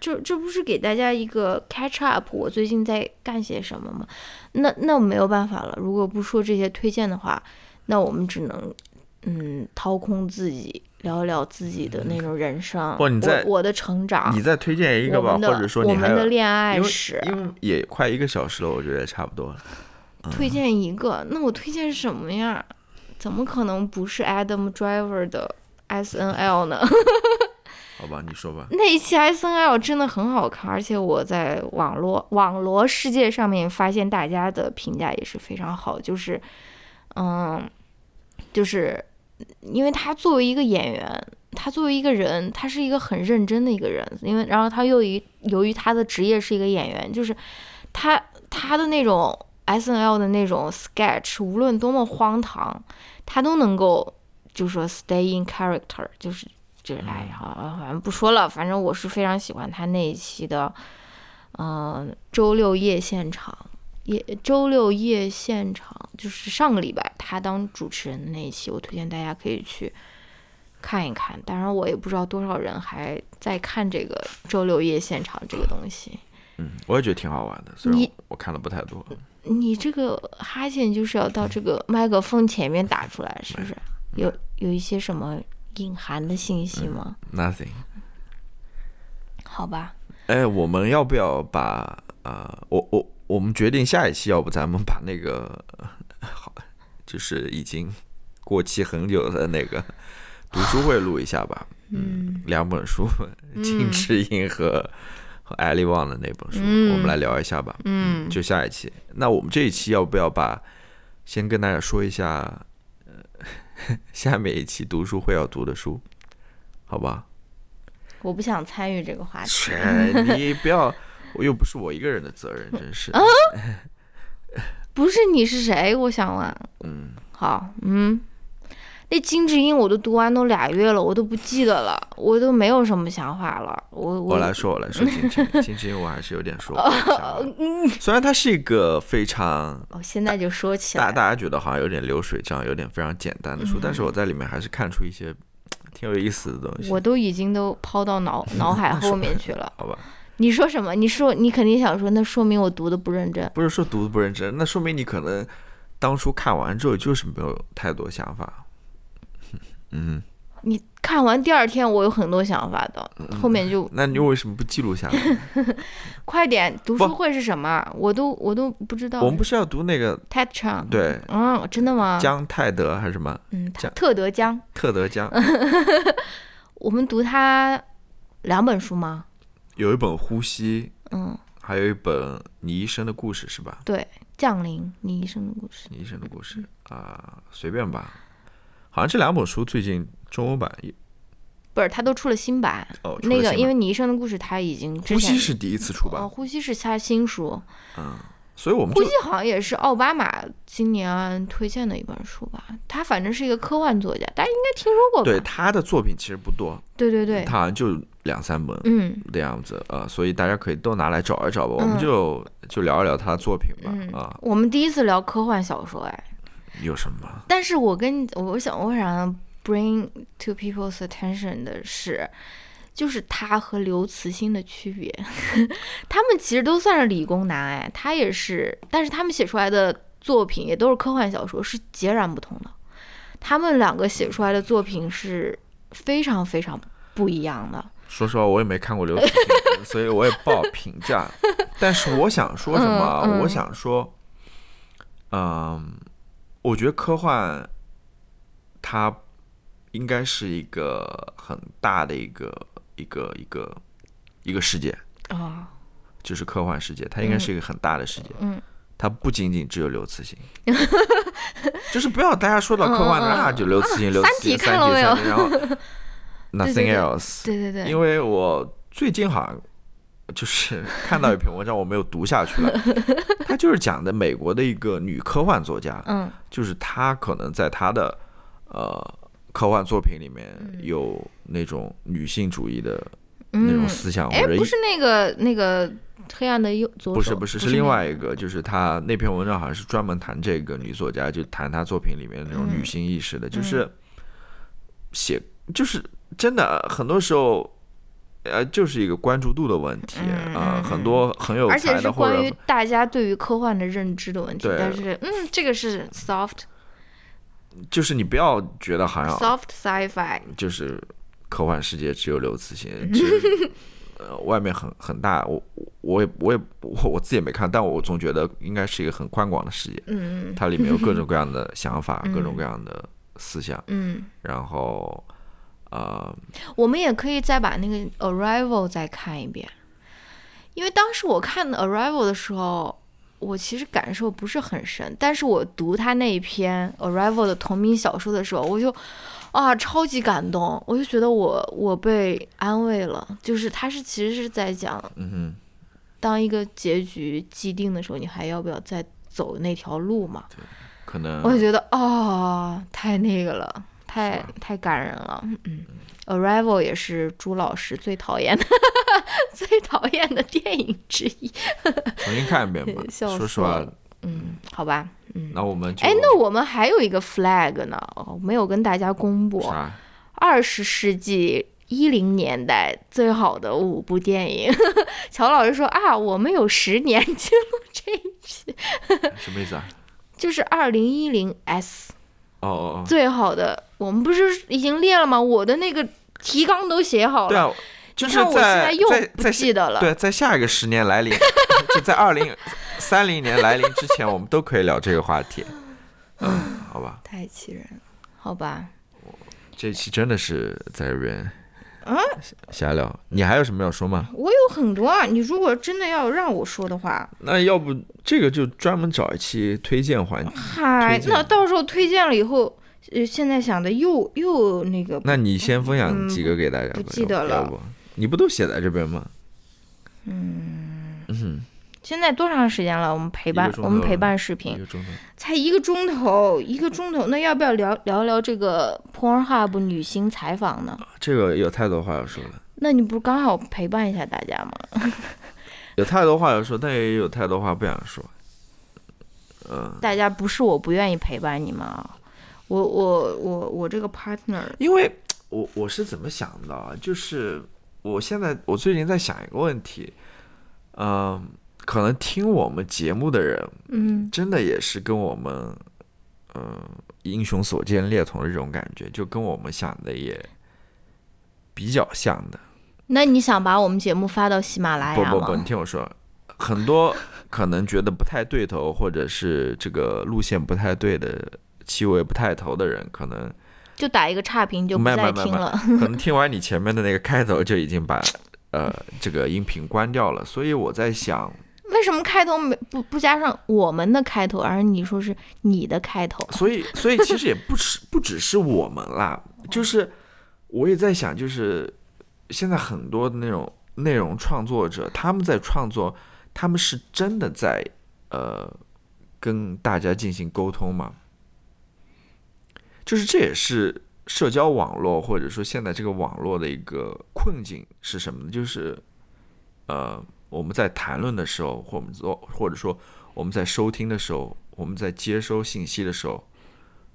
S1: 这这不是给大家一个 catch up，我最近在干些什么吗？那那没有办法了，如果不说这些推荐的话，那我们只能嗯掏空自己，聊一聊自己的那种人生，
S3: 嗯不你在
S1: 我我的成长，
S3: 你再推荐一个
S1: 啊我
S3: 吧，
S1: 们的
S3: 或者说
S1: 我
S3: 你还
S1: 们的
S3: 有，
S1: 恋爱
S3: 因为
S1: 史，
S3: 因为也快一个小时了，我觉得也差不多了。嗯
S1: 推荐一个，那我推荐什么呀？怎么可能不是 Adam Driver 的 S N L 呢？
S2: 好吧，你说吧。
S1: 那一期 S N L 真的很好看，而且我在网络网罗世界上面发现大家的评价也是非常好，就是，嗯，就是因为他作为一个演员，他作为一个人，他是一个很认真的一个人，因为然后他又一由于他的职业是一个演员，就是他他的那种 S N L 的那种 sketch，无论多么荒唐，他都能够就说 stay in character，就是就是哎呀，好反正不说了，反正我是非常喜欢他那一期的，嗯、周六夜现场。夜周六夜现场就是上个礼拜他当主持人的那一期，我推荐大家可以去看一看。当然，我也不知道多少人还在看这个周六夜现场这个东西。
S2: 嗯，我也觉得挺好玩的，虽然
S1: 你
S2: 我看的不太多。
S1: 你这个哈欠就是要到这个麦克风前面打出来，是不是？有有一些什么隐含的信息吗？
S2: Nothing。
S1: 好吧，
S2: 哎，我们要不要把啊、呃我我我们决定下一期，要不咱们把那个 好，就是已经过期很久的那 个读书会录一下吧。嗯，两本书，《金智英》和和艾利旺的那本书，我们来聊一下吧。嗯，就下一期。那我们这一期要不要把先跟大家说一下，呃， 下面一期读书会要读的书，好吧？
S1: 我不想参与这个话题。
S2: 切，你不要，我又不是我一个人 的责任，真
S1: 啊
S2: 是。
S1: 不是你是谁？我想问。
S2: 嗯，
S1: 好，嗯，那金智英我都读完都俩月了，我都不记得了，我都没有什么想法了。我哦
S2: 我
S1: 我
S2: 来说，我来说，晶晶，晶晶，我还是有点说不上来的。
S1: 嗯
S2: 虽然它是一个非常
S1: 我哦现在就说起
S2: 大
S1: 来，
S2: 大家觉得好像有点流水账，有点非常简单的书，
S1: 嗯
S2: 但是我在里面还是看出一些挺有意思的东西
S1: 我。都已经都抛到 脑脑海后面去了。
S2: 好吧，
S1: 你说什么？你说你肯定想说，那说明我读的不认真。
S2: 不是说读的不认真，那说明你可能当初看完之后就是没有太多想法。嗯，
S1: 你看完第二天，我有很多想法的，
S2: 嗯
S1: 后面就
S2: 那你为什么不记录下来
S1: 嗯
S2: 呢？
S1: 快点。读书
S2: 不
S1: 会是什么？我都我都不知道。
S2: 我们不是要读那个
S1: TED 唱，
S2: 对
S1: 嗯，真的吗？
S2: 江泰德还是什么
S1: 嗯，
S2: 江
S1: 特德江，
S2: 特德江？
S1: 我们读他两本书吗？
S2: 有一本《呼吸》，
S1: 嗯，
S2: 还有一本《你一生的故事》是吧？
S1: 对，降临你一生的故事。
S2: 你一生的故事啊、随便吧。好像这两本书最近中文版也
S1: 不是，他都出了新版。
S2: 哦，出了
S1: 那个，
S2: 新
S1: 因为
S2: 版
S1: 你一生的故事，他已经之
S2: 呼吸
S1: 前
S2: 是第一次出
S1: 哦，
S2: 吧，
S1: 呼吸是他新书，
S2: 所以我们
S1: 呼
S2: 就
S1: 吸好像也是奥巴马今年推荐的一本书吧。他反正是一个科幻作家，大家应该听说过吧？
S2: 对他的作品其实不多，
S1: 对对对
S2: 他好像就两三本
S1: 嗯，
S2: 的样子啊、呃所以大家可以都拿来找一找吧。我们就就聊一聊他的作品吧
S1: 嗯
S2: 啊、
S1: 我们第一次聊科幻小说，哎，
S2: 有什么？
S1: 但是我跟我想我想 bring to people's attention 的是，就是他和刘慈欣的区别。 他们其实都算是理工男，哎，他也是，但是他们写出来的作品也都是科幻小说，是截然不同的。他们两个写出来的作品是非常非常不一样的。
S2: 说实话，我也没看过刘慈 欣，所以我也不好评价。但是我想说什么啊？
S1: 嗯嗯
S2: 我想说，嗯，我觉得科幻它应该是一个很大的一个一个一个一个世界，
S1: 啊、
S2: 就是科幻世界，它应该是一个很大的世界。
S1: 嗯
S2: 它不仅仅只有 刘慈欣，就是不要大家说到科幻的
S1: 嗯嗯嗯
S2: 啊，就刘慈欣、刘
S1: 三
S2: 慈
S1: 体
S2: 欣、
S1: 看
S2: 三
S1: 了
S2: 体、
S1: 没有
S2: 三体， 然后 nothing
S1: 对
S2: else。
S1: 对对对，
S2: 因为我最近好像就是 看到一篇文章，我没有读下去了。他就是讲的美国的一个女科幻作家，
S1: 嗯
S2: 就是她可能在她的呃科幻作品里面有那种女性主义的那
S1: 嗯嗯
S2: 种思想，
S1: 哎，
S2: 我觉
S1: 不
S2: 得
S1: 是那个那个黑暗的右左手，
S2: 不是不是是
S1: 那
S2: 另外一个，就是他那篇文章好像是专门谈这个女作家，就谈她作品里面那种
S1: 嗯
S2: 女性意识的，就是写就是真的很多时候。呃，就是一个关注度的问题
S1: 嗯
S2: 啊、
S1: 嗯
S2: 很
S1: 嗯
S2: 多很有
S1: 而且
S2: 才
S1: 是
S2: 的或
S1: 关
S2: 者
S1: 于大家对于科幻的认知的问题。
S2: 对
S1: 但是，嗯，这个是 soft
S2: 就是你不要觉得好像
S1: soft sci-fi，
S2: 就是科幻世界只有刘慈欣，
S1: 嗯
S2: 其 实呃，外面很很大，我我也我也我我自己也没看，但我总觉得应该是一个很宽广的世界，
S1: 嗯
S2: 它里面有各种各样的想法，各
S1: 嗯
S2: 种各样的思想，
S1: 嗯，
S2: 然后呃，
S1: 我们也可以再把那个 Arrival 再看一遍，因为当时我看 Arrival 的时候，我其实感受不是很深，但是我读他那一篇 Arrival 的同名小说的时候，我就啊超级感动，我就觉得我我被安慰了，就是他是其实是在讲，
S2: 嗯
S1: 当一个结局既定的时候，你还要不要再走那条路嘛？
S2: 哼，可能
S1: 我就觉得啊、太那个了，太
S2: 是吧
S1: 太感人了。嗯，Arrival 也是朱老师最讨厌的 最讨厌的电影之一。。
S2: 重新看一遍吧
S1: 笑
S2: 说
S1: 死
S2: 实
S1: 我
S2: 话
S1: 了，嗯，好吧。
S2: 那我们就
S1: 哎，那我们还有一个 flag 呢，哦没有跟大家公布。
S2: 啥？
S1: 二十世纪一零年代最好的五部电影， 乔老师说啊，我们有十年 记录这一期，
S2: 什么意思啊？
S1: 就是二零一零 S。
S2: 哦哦
S1: 最好的，我们不是已经列了吗？我的那个提纲都写好 了。
S2: 哦，对啊，就
S1: 你
S2: 是
S1: 看我现在
S2: 在
S1: 又
S2: 在
S1: 不
S2: 在
S1: 记得了。
S2: 对，在下一个十年来临， 就在二零三零年来临之前，我们都可以聊这个 话题。嗯，好吧，
S1: 太气人了，好吧？
S2: 这期真的是在这边
S1: 啊
S2: 瞎聊。你还有什么要说吗？
S1: 我有很多啊，你如果真的要让我说的话，
S3: 那要不这个就专门找一期推荐环
S1: 啊
S3: 节。
S1: 嗨
S3: 推，荐
S1: 那到时候推荐了以后，呃，现在想的又又那个，
S3: 那你先分享几个给大家吧、
S1: 嗯不记得了
S3: 要不你不都写在这边吗？
S1: 现在多长时间了？我们陪伴
S2: 一个钟
S1: 我
S2: 头了嗯
S1: 们陪伴视
S2: 一
S1: 频
S2: 个钟头，
S1: 才一个钟头，一个钟头，那要不要聊聊聊这个 Pornhub 女星采访呢？
S3: 这个有太多话要说了，
S1: 那你不是刚好陪伴一下大家吗？
S3: 有太多话要说，但也有太多话不想说。
S1: 大家不是我不愿意陪伴你们啊，我我我我这个 partner，
S2: 因为我我是怎么想的啊，就是我现在我最近在想一个问题，嗯、可能听我们节目的人，
S1: 嗯
S2: 真的也是跟我们，嗯、英雄所见略同的这种感觉，就跟我们想的也比较像的。
S1: 那你想把我们节目发到喜马拉雅
S2: 不
S1: 吗？
S2: 不不，你听我说，很多可能觉得不太对头，或者是这个路线不太对的。气味不太投的人，可能
S1: 就打一个差评就不
S2: 慢
S1: 再
S2: 慢慢
S1: 听
S2: 慢
S1: 了。
S2: 可能听完你前面的那个开头就已经把呃这个音频关掉了，所以我在想，
S1: 为什么开头没不不加上我们的开头，而你说是你的开头？
S2: 所以，所以其实也不是不只是我们啦，就是我也在想，就是现在很多的那种内容创作者，他们在创作，他们是真的在呃跟大家进行沟通吗？就是这也是社交网络或者说现在这个网络的一个困境是什么呢？就是呃我们在谈论的时候，或我们做或者说我们在收听的时候，我们在接收信息的时候，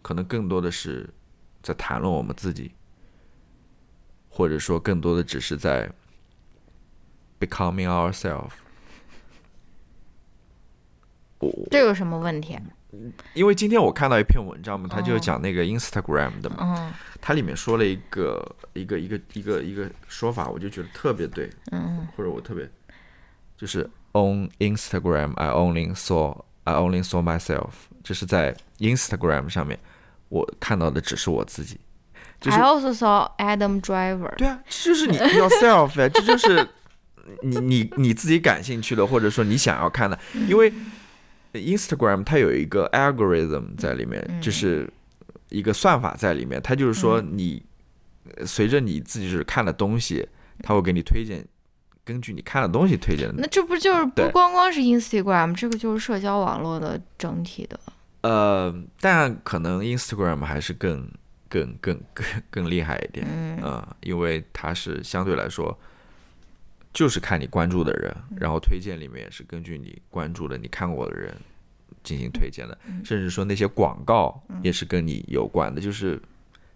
S2: 可能更多的是在谈论我们自己，或者说更多的只是在 becoming ourselves。
S1: 这有什么问题？啊
S2: 因为今天我看到一篇文章嘛，他
S1: 哦
S2: 就讲那个 Instagram 的嘛，
S1: 嗯
S2: 它里面说了一个一个一个一个一个说法，我就觉得特别对，
S1: 嗯
S2: 或者我特别就是 on Instagram I only saw I only saw myself，就是在 Instagram 上面我看到的只是我自己，就是
S1: ，I also saw Adam Driver。
S2: 对啊，这就是你 yourself 呀，这就是你你你自己感兴趣的，或者说你想要看的，因为 Instagram 它有一个 algorithm 在里面，就是一个算法在里面，它就是说你呃随着你自己是看的东西，它会给你推荐，根据你看的东西推荐
S1: 那
S2: 的。
S1: 这不就是不
S2: 对
S1: 光光是 Instagram，这个就是社交网络的整体的。
S2: 呃，但可能 Instagram 还是更更更更更厉害一点，
S1: 嗯
S2: 呃，因为它是相对来说就是看你关注的人，
S1: 嗯
S2: 然后推荐里面也是根据你关注的、你看过的人进行推荐的，
S1: 嗯
S2: 甚至说那些广告也是跟你有关的，就是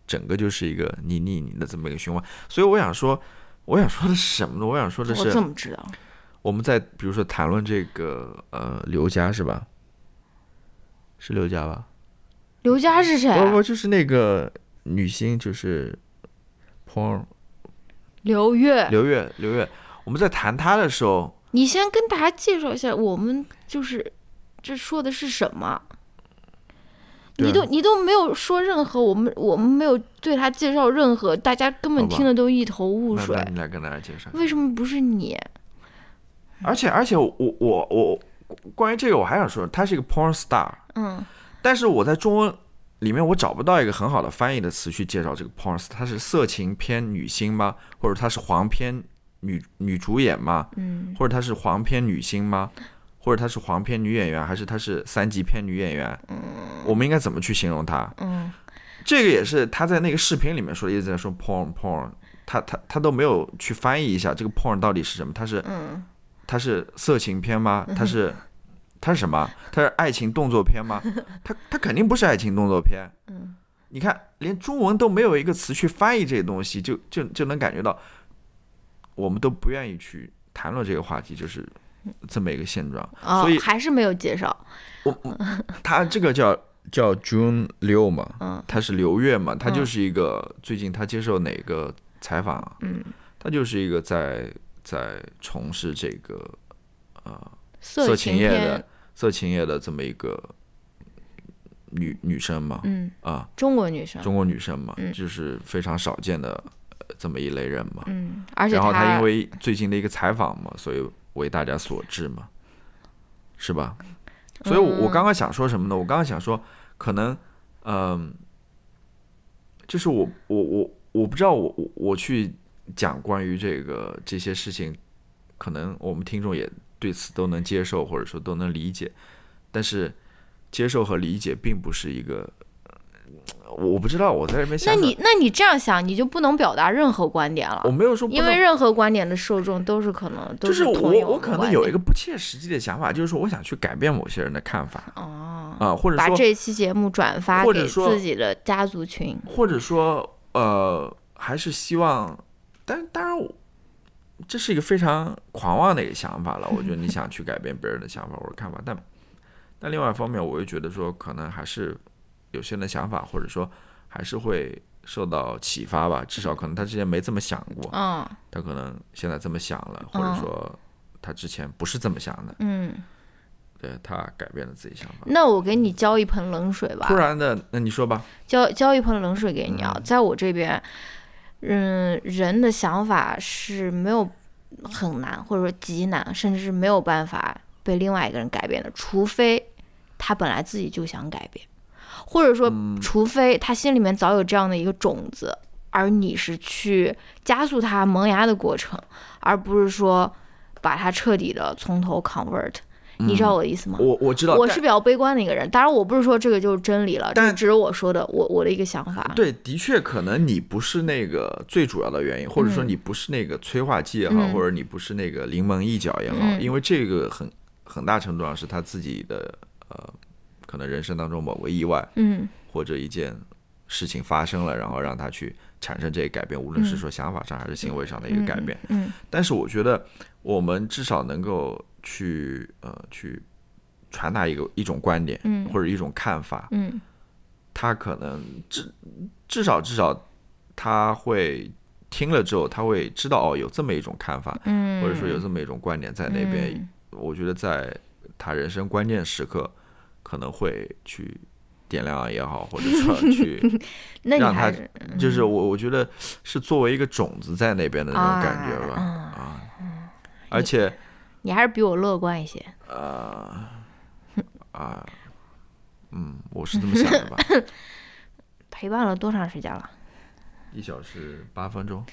S2: 整个就是一个你逆你的这么一个循环。所以我想说，我想说的是什么呢？我想说的
S1: 我
S2: 是，
S1: 怎么知道？
S2: 我们在比如说谈论这个呃刘佳是吧？是刘佳吧？
S1: 刘佳是谁啊？
S2: 不不，就是那个女星，就是彭
S1: 刘月，
S2: 刘月刘月。我们在谈她的时候，
S1: 你先跟大家介绍一下，我们就是这说的是什么？你
S2: 对
S1: 都你都没有说任何，我们我们没有对他介绍任何，大家根本
S2: 好吧
S1: 听的都一头雾
S2: 那
S1: 水。
S2: 那你来跟大家介绍。
S1: 为什么不是你？
S2: 而且而且我我我关于这个我还想说，她是一个 porn star，
S1: 嗯，
S2: 但是我在中文里面我找不到一个很好的翻译的词去介绍这个 porn star，她是色情片女星吗？或者她是黄片女女主演吗？
S1: 嗯，
S2: 或者她是黄片女星吗？或者她是黄片女演员，还是她是三级片女演员？我们应该怎么去形容她？
S1: 嗯，
S2: 这个也是她在那个视频里面说的，一直在说 porn porn，她她她都没有去翻译一下这个 porn 到底是什么？她是
S1: 嗯，
S2: 她是色情片吗？她是她是什么？她是爱情动作 片吗？她她肯定不是爱情动作片。
S1: 嗯，
S2: 你看，连中文都没有一个词去翻译这些东西，就就就能感觉到，我们都不愿意去谈论这个话题，就是这么一个现状。
S1: 嗯哦
S2: 所以，
S1: 还是没有介绍。
S2: 他这个叫叫 June 六嘛，
S1: 嗯
S2: 他是刘月嘛，他就是一个、最近他接受哪个采访啊？
S1: 嗯，
S2: 他就是一个在在从事这个
S1: 色
S2: 情业的色情业的这么一个女女生嘛，
S1: 嗯，
S2: 啊，
S1: 中国女生，
S2: 中国女生嘛，
S1: 嗯
S2: 就是非常少见的呃这么一类人嘛。
S1: 嗯，而且
S2: 然后
S1: 她
S2: 她因为最近的一个采访嘛，所以为大家所知嘛，是吧？所以我，
S1: 嗯
S2: 我刚刚想说什么呢？我刚刚想说，可能，嗯、就是我我我我不知道我我我去讲关于这个这些事情，可能我们听众也对此都能接受，或者说都能理解，但是接受和理解并不是一个。呃我我不知道，我在这边想
S1: 那
S2: 想，
S1: 你那你这样想，你就不能表达任何观点了
S2: 我，没有说不
S1: 因
S2: 能
S1: 为任何观点的受众都是可能都
S2: 就是
S1: 同
S2: 我
S1: 有
S2: 我
S1: 的
S2: 可能
S1: 观
S2: 有一
S1: 点
S2: 个不切实际的想法，就是说我想去改变某些人的看法
S1: 哦，
S2: 啊、或者
S1: 把
S2: 说
S1: 这期节目转发
S2: 或者
S1: 给
S2: 说
S1: 自己的家族群。
S2: 或者说呃，还是希望，但当然我这是一个非常狂妄的一个想法了。我觉得你想去改变别人的想法或者看法，但但另外一方面，我又觉得说可能还是有些人的想法，或者说还是会受到启发吧。至少可能他之前没这么想过，
S1: 嗯
S2: 他可能现在这么想了，或者
S1: 嗯
S2: 说他之前不是这么想的。
S1: 嗯，
S2: 对他改变了自己想法。
S1: 那我给你浇一盆冷水吧
S2: 突，然的，那你说吧，
S1: 浇浇一盆冷水给你啊，在我这边，嗯，人的想法是没有很难，或者说极难，甚至是没有办法被另外一个人改变的，除非他本来自己就想改变，或者说，除非他心里面早有这样的一个种子，而你是去加速它萌芽的过程，而不是说把它彻底的从头 convert。你知道我的意思吗？
S2: 我我知道，
S1: 啊我
S2: 但
S1: 是比较悲观的一个人，当然我不是说这个就是真理了，这
S2: 但
S1: 只是我说的，我我的一个想法。
S2: 对，的确可能你不是那个最主要的原因，或者说你不是那个催化剂也好，
S1: 嗯
S2: 或者你不是那个临门一脚也好，
S1: 嗯
S2: 因为这个很很大程度上是他自己的呃，可能人生当中某个意外
S1: 嗯
S2: 或者一件事情发生了，然后让他去产生这个改变，无论是说想法上还是行为上的一个改变。
S1: 嗯
S2: 但是我觉得我们至少能够去呃去传达一个一种观点，
S1: 嗯
S2: 或者一种看法，
S1: 嗯
S2: 他可能至至少至少他会听了之后，他会知道哦有这么一种看法，
S1: 嗯，
S2: 或者说有这么一种观点在那边。
S1: 嗯
S2: 我觉得在他人生关键时刻，可能会去点亮也好，或者 说去
S1: 那你
S2: 让他
S1: 还是
S2: 就是我我觉得是作为一个种子在那边的那种感觉吧，
S1: 啊嗯
S2: 啊，而且
S1: 你还是比我乐观一些。
S2: 啊，嗯，我是这么想的 吧，
S1: 陪伴了多长时间了？
S2: 一小时八分钟，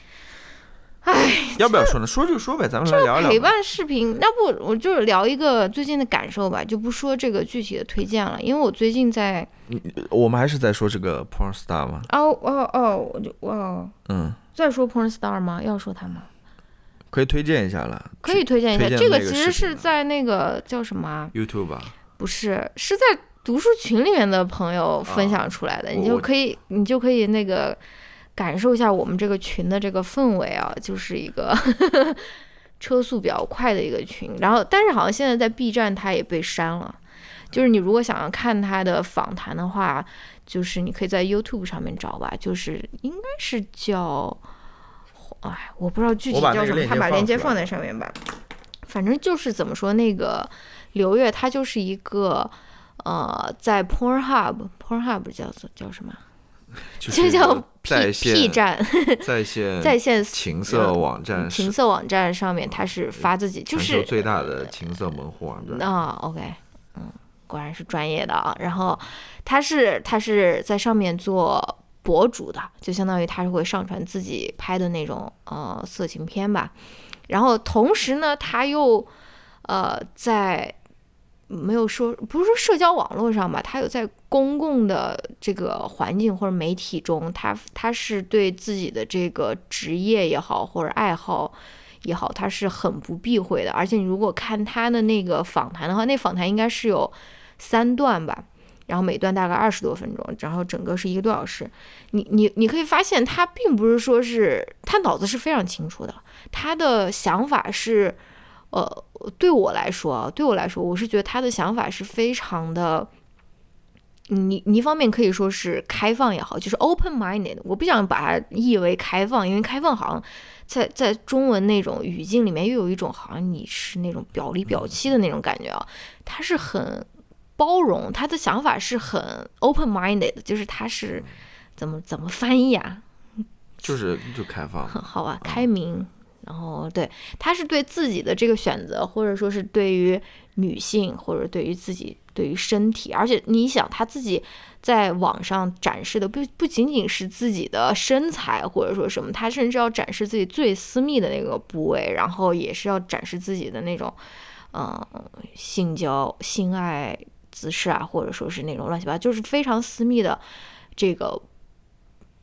S2: 哎，要不要说呢？说就说呗，咱们来聊一
S1: 陪
S2: 聊吧。
S1: 伴视频，要不我就聊一个最近的感受吧，就不说这个具体的推荐了，因为我最近在
S2: 我们还是在说这个 porn star 吗？
S1: 哦哦哦，我就哦，
S2: 嗯，
S1: 再说 porn star 吗？要说他吗？
S2: 可以推荐一下了。
S1: 可以推荐一下，
S2: 推
S1: 这
S2: 荐那
S1: 个
S2: 个
S1: 其
S2: 视
S1: 实
S2: 频
S1: 是
S2: 吧
S1: 在那个叫什么啊？
S2: YouTube 吧，
S1: 不是，是在读书群里面的朋友分享出来的，你就
S2: 啊我
S1: 可以，你就可以那个感受一下我们这个群的这个氛围啊，就是一个 车速比较快的一个群。然后，但是好像现在在 B 站它也被删了，就是你如果想要看他的访谈的话，就是你可以在 YouTube 上面找吧，就是应该是叫，哎，我不知道具体
S2: 我把那
S1: 叫
S2: 个
S1: 什么，
S2: 链
S1: 他
S2: 接
S1: 把
S2: 放
S1: 链接
S2: 出来
S1: 放在上面吧。反正就是怎么说，那个刘月她就是一个呃，在 Pornhub，Pornhub 叫做叫什么？
S2: 就
S1: 这
S2: 是
S1: 叫 P
S2: 在
S1: P
S2: 线
S1: 站
S2: 在 线
S1: 在线呃嗯
S2: 情色网站
S1: 情
S2: 是
S1: 色网站上面，她是发自己就
S2: 全
S1: 是
S2: 球最大的情色门户网站。
S1: 啊、o k 嗯，果然是专业的啊。然后他是他是在上面做博主的，就相当于他是会上传自己拍的那种呃色情片吧。然后同时呢，他又呃在没有说不是说社交网络上吧，他有在公共的这个环境或者媒体中，他他是对自己的这个职业也好或者爱好也好，他是很不避讳的。而且你如果看他的那个访谈的话，那访谈应该是有三段吧，然后每段大概二十多分钟，然后整个是一个多小时。你你你可以发现，他并不是说是他脑子是非常清楚的，他的想法是，呃，对我来说啊，对我来说，我是觉得他的想法是非常的。你你一方面可以说是开放也好，就是 open minded，我不想把它译为开放，因为开放好像在在中文那种语境里面，又有一种好像你是那种表里表气的那种感觉啊。他是很包容，他的想法是很 open minded，就是他是怎么怎么翻译啊？
S2: 就是就开放
S1: 很好吧，开明。然后对，他是对自己的这个选择，或者说是对于女性，或者对于自己，对于身体，而且你想他自己在网上展示的不不仅仅是自己的身材，或者说什么，他甚至要展示自己最私密的那个部位，然后也是要展示自己的那种，嗯，性交、性爱姿势啊，或者说是那种乱七八糟，就是非常私密的这个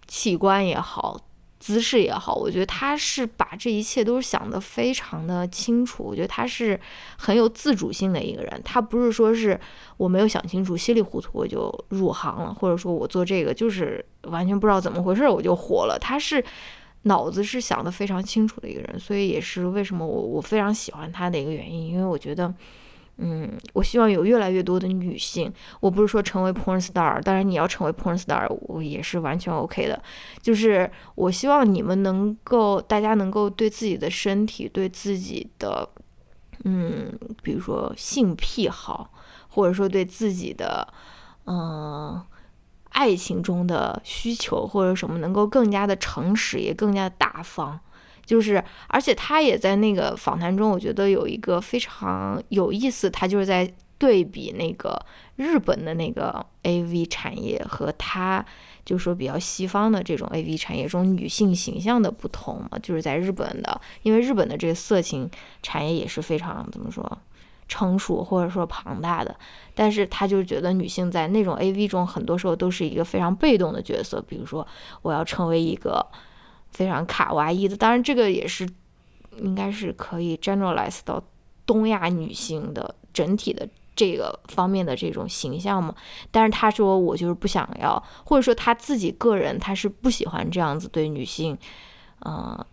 S1: 器官也好，姿势也好，我觉得他是把这一切都想得非常的清楚。我觉得他是很有自主性的一个人，他不是说是我没有想清楚，稀里糊涂我就入行了，或者说我做这个就是完全不知道怎么回事我就火了。他是脑子是想得非常清楚的一个人，所以也是为什么我我非常喜欢他的一个原因，因为我觉得。嗯，我希望有越来越多的女性，我不是说成为 porn star，当然你要成为 porn star，我也是完全 OK 的。就是我希望你们能够，大家能够对自己的身体，对自己的，嗯，比如说性癖好，或者说对自己的，嗯、爱情中的需求或者什么，能够更加的诚实，也更加大方。就是，而且他也在那个访谈中，我觉得有一个非常有意思，他就是在对比那个日本的那个 AV 产业和他就说比较西方的这种 A V 产业中女性形象的不同嘛，就是在日本的，因为日本的这个色情产业也是非常怎么说成熟或者说庞大的，但是他就觉得女性在那种 A V 中很多时候都是一个非常被动的角色，比如说我要成为一个非常卡哇伊的，当然这个也是应该是可以 generalize 到东亚女性的整体的这个方面的这种形象嘛，但是他说我就是不想要，或者说他自己个人他是不喜欢这样子对女性，呃，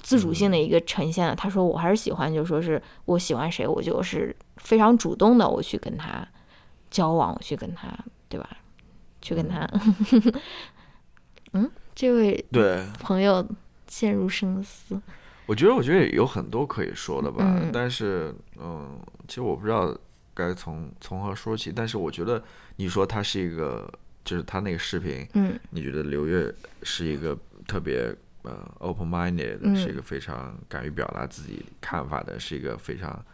S1: 自主
S2: 嗯
S1: 性的一个呈现的。他说我还是喜欢，就是说是我喜欢谁，我就是非常主动的，我去跟他交往，我去跟他，对吧？去跟他， 嗯，这位
S2: 对，
S1: 朋友陷入深思，
S2: 我觉得我觉得有很多可以说的吧，
S1: 嗯
S2: 但是嗯，其实我不知道该从从何说起，但是我觉得你说他是一个，就是他那个视频，
S1: 嗯
S2: 你觉得刘越是一个特别呃 open minded，、
S1: 嗯
S2: 是一个非常敢于表达自己看法的，是一个非常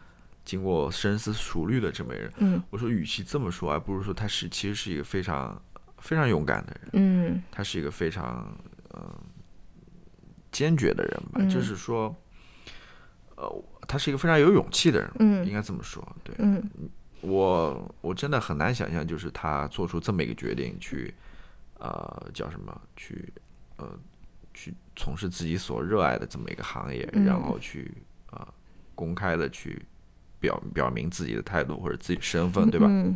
S2: 经过深思熟虑的这么一个人。
S1: 嗯
S2: 我说，与其这么说，还不如说他是其实是一个非常非常勇敢的人，
S1: 嗯
S2: 他是一个非常嗯、坚决的人吧，
S1: 嗯
S2: 就是说，呃，他是一个非常有勇气的人，
S1: 嗯
S2: 应该这么说。对
S1: 嗯
S2: 我，我真的很难想象，就是他做出这么一个决定去，呃，叫什么去，呃，去从事自己所热爱的这么一个行业，
S1: 嗯
S2: 然后去啊、呃公开的去表表明自己的态度或者自己身份，对吧？
S1: 嗯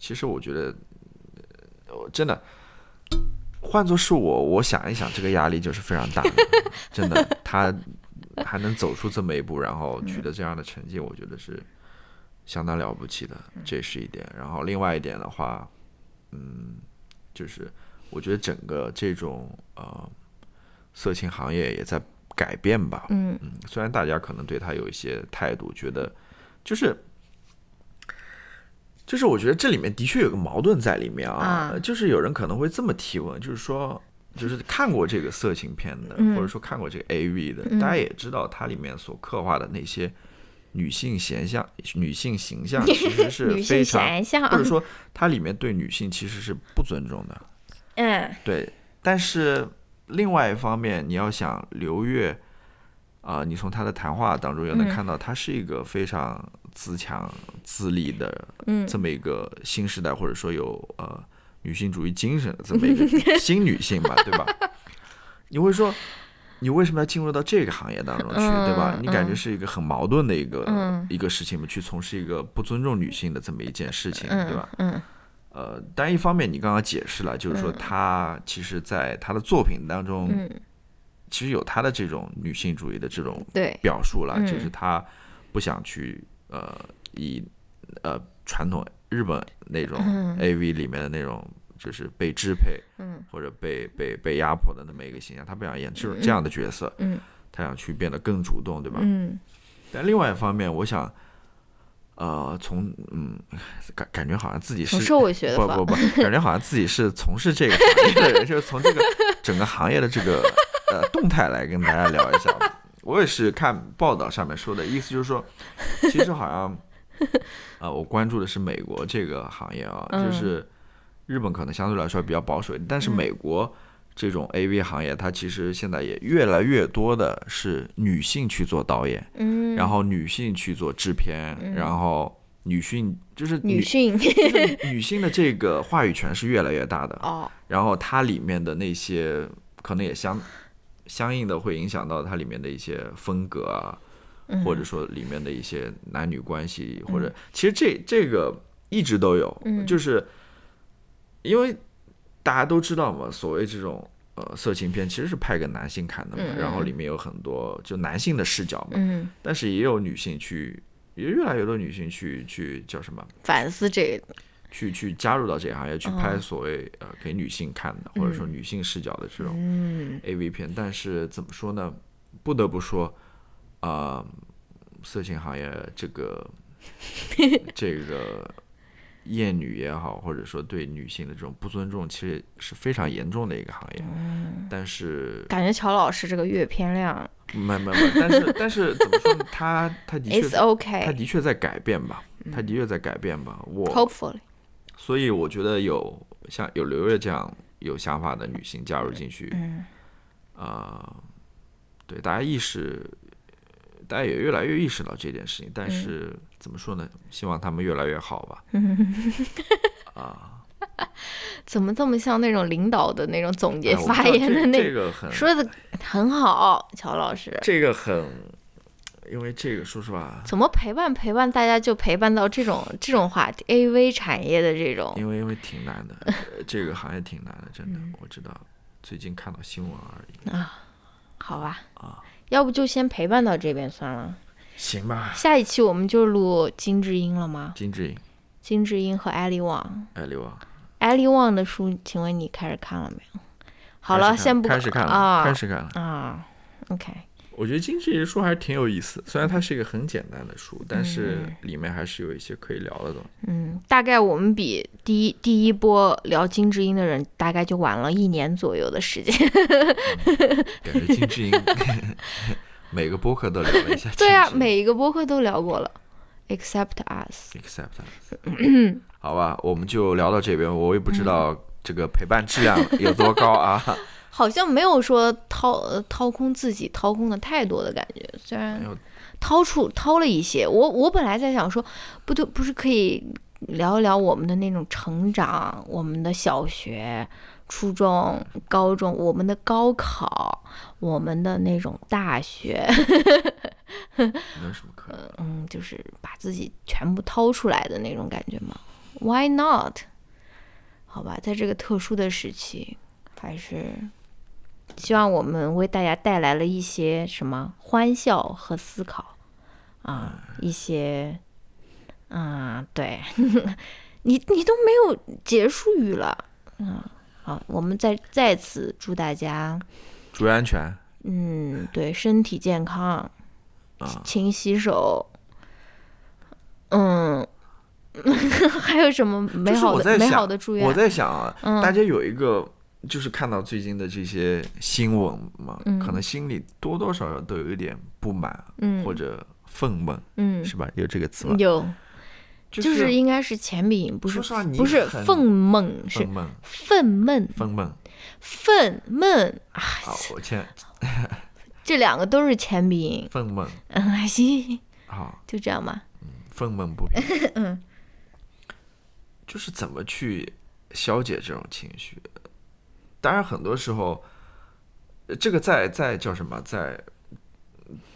S2: 其实我觉得，呃我真的换作是我，我想一想，这个压力就是非常大的，真的，他还能走出这么一步，然后取得这样的成绩，我觉得是相当了不起的，
S1: 嗯
S2: 这是一点。然后另外一点的话，嗯，就是我觉得整个这种呃色情行业也在改变吧，
S1: 嗯
S2: 嗯，虽然大家可能对他有一些态度，觉得就是就是，我觉得这里面的确有个矛盾在里面啊，
S1: 啊
S2: 就是有人可能会这么提问，就是说，就是看过这个色情片的，
S1: 嗯
S2: 或者说看过这个 A V 的，
S1: 嗯
S2: 大家也知道它里面所刻画的那些女性形象、女性形 象其实是
S1: 女性
S2: 非常，
S1: 形象
S2: 或，者说它里面对女性其实是不尊重的，
S1: 嗯
S2: 对，但是另外一方面，你要想刘月，啊、你从他的谈话当中也能
S1: 嗯
S2: 看到，他是一个非常自强自立的
S1: 嗯
S2: 这么一个新时代，或者说有呃女性主义精神的这么一个 新女性嘛，对吧？你会说，你为什么要进入到这个行业当中去，对吧？
S1: 嗯
S2: 你感觉
S1: 嗯
S2: 是一个很矛盾的一个、
S1: 嗯
S2: 一个事情嘛，去从事一个不尊重女性的这么一件事情，对吧
S1: 嗯？嗯
S2: 呃，但一方面你刚刚解释了，就是说
S1: 嗯
S2: 他其实，在他的作品当中，
S1: 嗯，
S2: 其实有他的这种女性主义的这种
S1: 对，
S2: 表述了，就
S1: 嗯
S2: 是他不想去呃以呃传统日本那种
S1: 嗯
S2: A V 里面的那种就是被支配
S1: 嗯
S2: 或者被被被压迫的那么一个形象，他不想演这种这样的角色，
S1: 嗯
S2: 他想去变得更主动，对吧？
S1: 嗯
S2: 但另外一方面，我想。呃，从嗯，感感觉好像自己是
S1: 从社会学的
S2: 不
S1: 吧
S2: 不，不， 感觉好像自己是从事这个行业的人，就是从这个整个行业的这个呃动态来跟大家聊一下。我也是看报道上面说的，意思就是说，其实好像，呃，我关注的是美国这个行业啊，
S1: 嗯
S2: 就是日本可能相对来说比较保守一点，但是
S1: 嗯
S2: 美国这种 A V 行业，它其实现在也越来越多的是女性去做导演，
S1: 嗯，
S2: 然后女性去做制片，
S1: 嗯
S2: 然后女性就是
S1: 女 性
S2: 就是 女性的这个话语权是越来越大的，
S1: 哦，
S2: 然后它里面的那些可能也相相应的会影响到它里面的一些风格啊，
S1: 嗯
S2: 或者说里面的一些男女关系，或者其实这这个一直都有，
S1: 嗯
S2: 就是因为大家都知道嘛，所谓这种呃色情片其实是拍给男性看的嘛
S1: 嗯，嗯
S2: 然后
S1: 嗯
S2: 里面有很多就男性的视角嘛，
S1: 嗯，
S2: 但是也有女性去，也越来越多女性去去叫什么？
S1: 反思这个，
S2: 去去加入到这个行业，去拍
S1: 嗯
S2: 所谓、呃给女性看的，或者说女性视角的这种
S1: 嗯
S2: A V 片。但是怎么说呢？不得不说，啊、色情行业这个 这个厌女也好，或者说对女性的这种不尊重，其实是非常严重的一个行业。
S1: 嗯
S2: 但是
S1: 感觉乔老师这个阅片量
S2: 没没没，但是但是怎么说呢？他他的确
S1: ，it's 嗯
S2: 他
S1: OK，hopefully，
S2: 的确在改变吧，他的确在改变吧。我所以我觉得有像有刘月这样有想法的女性加入进去，
S1: 嗯
S2: 啊，对，大家意识，大家也越来越意识到这件事情。
S1: 嗯
S2: 但是、怎么说呢？希望他们越来越好吧。
S1: 怎么这么像那种领导的那种总结
S2: 哎我不知
S1: 发
S2: 道
S1: 言的
S2: 这
S1: 那
S2: 这个 很，
S1: 说的很好，乔老师。
S2: 这个很，因为这个说实话，
S1: 怎么陪伴陪伴大家就陪伴到这种这种话题，A V 产业的这种，
S2: 因为因为挺难 的，呃这个行业挺难的，真的，
S1: 嗯
S2: 我知道。最近看到新闻而已，
S1: 好吧？
S2: 啊
S1: 要不就先陪伴到这边算了。
S2: 行吧。
S1: 下一期我们就录金智英了吗？
S2: 金智英，
S1: 金智英和艾利旺，
S2: 哎，刘啊，
S1: 艾利旺的书，请问你开始看了没有？好
S2: 开始
S1: 了，
S2: 看
S1: 先不
S2: 开始看了，
S1: 啊
S2: 开始看了。
S1: 啊，OK，
S2: 我觉得《金智英》书还是挺有意思，虽然它是一个很简单的书，但是里面还是有一些可以聊的东西。
S1: 嗯，大概我们比第一第一波聊金智英的人，大概就晚了一年左右的时间。
S2: 感觉《金智英》 每个播客都聊了一下金智英。
S1: 对啊，每一个播客都聊过了，except us。
S2: except us
S1: 嗯
S2: 好吧，我们就聊到这边。我也不知道这个陪伴质量有多高 啊，
S1: 好像没有说掏呃掏空自己掏空的太多的感觉，虽然
S2: 没有
S1: 掏出掏了一些，我我本来在想说，不对，不是可以聊一聊我们的那种成长，我们的小学、初中、高中，我们的高考，我们的那种大学，
S2: 有什么可能？
S1: 嗯，就是把自己全部掏出来的那种感觉嘛。Why not？好吧，在这个特殊的时期，还是希望我们为大家带来了一些什么欢笑和思考啊，一些，嗯，对 你你都没有结束语了，嗯，好，我们再再次祝大家，
S2: 注意安全
S1: 嗯，对，身体健康，
S2: 啊！
S1: 勤洗手，嗯， 还有什么美
S2: 就是
S1: 好
S2: 我在
S1: 的美
S2: 想
S1: 好的祝愿？
S2: 我在想啊，
S1: 嗯
S2: 大家有一个就是看到最近的这些新闻嘛，
S1: 嗯
S2: 可能心里多多少少都有一点不满、
S1: 嗯
S2: 或者愤懑，
S1: 嗯
S2: 是吧？有这个词吗？
S1: 有，
S2: 就
S1: 就是应该是前鼻音，不是
S2: 说实话你
S1: 不是
S2: 很
S1: 愤懑，是
S2: 愤
S1: 愤
S2: 懑，
S1: 懑
S2: 愤 懑。
S1: 愤懑啊，
S2: 好，我先
S1: 这两个都是前鼻音。
S2: 愤懑，
S1: 嗯， 行，
S2: 好，
S1: 就这样吧。
S2: 愤懑不 平。嗯，就是怎么去消解这种情绪？当然，很多时候，呃这个在在叫什么？在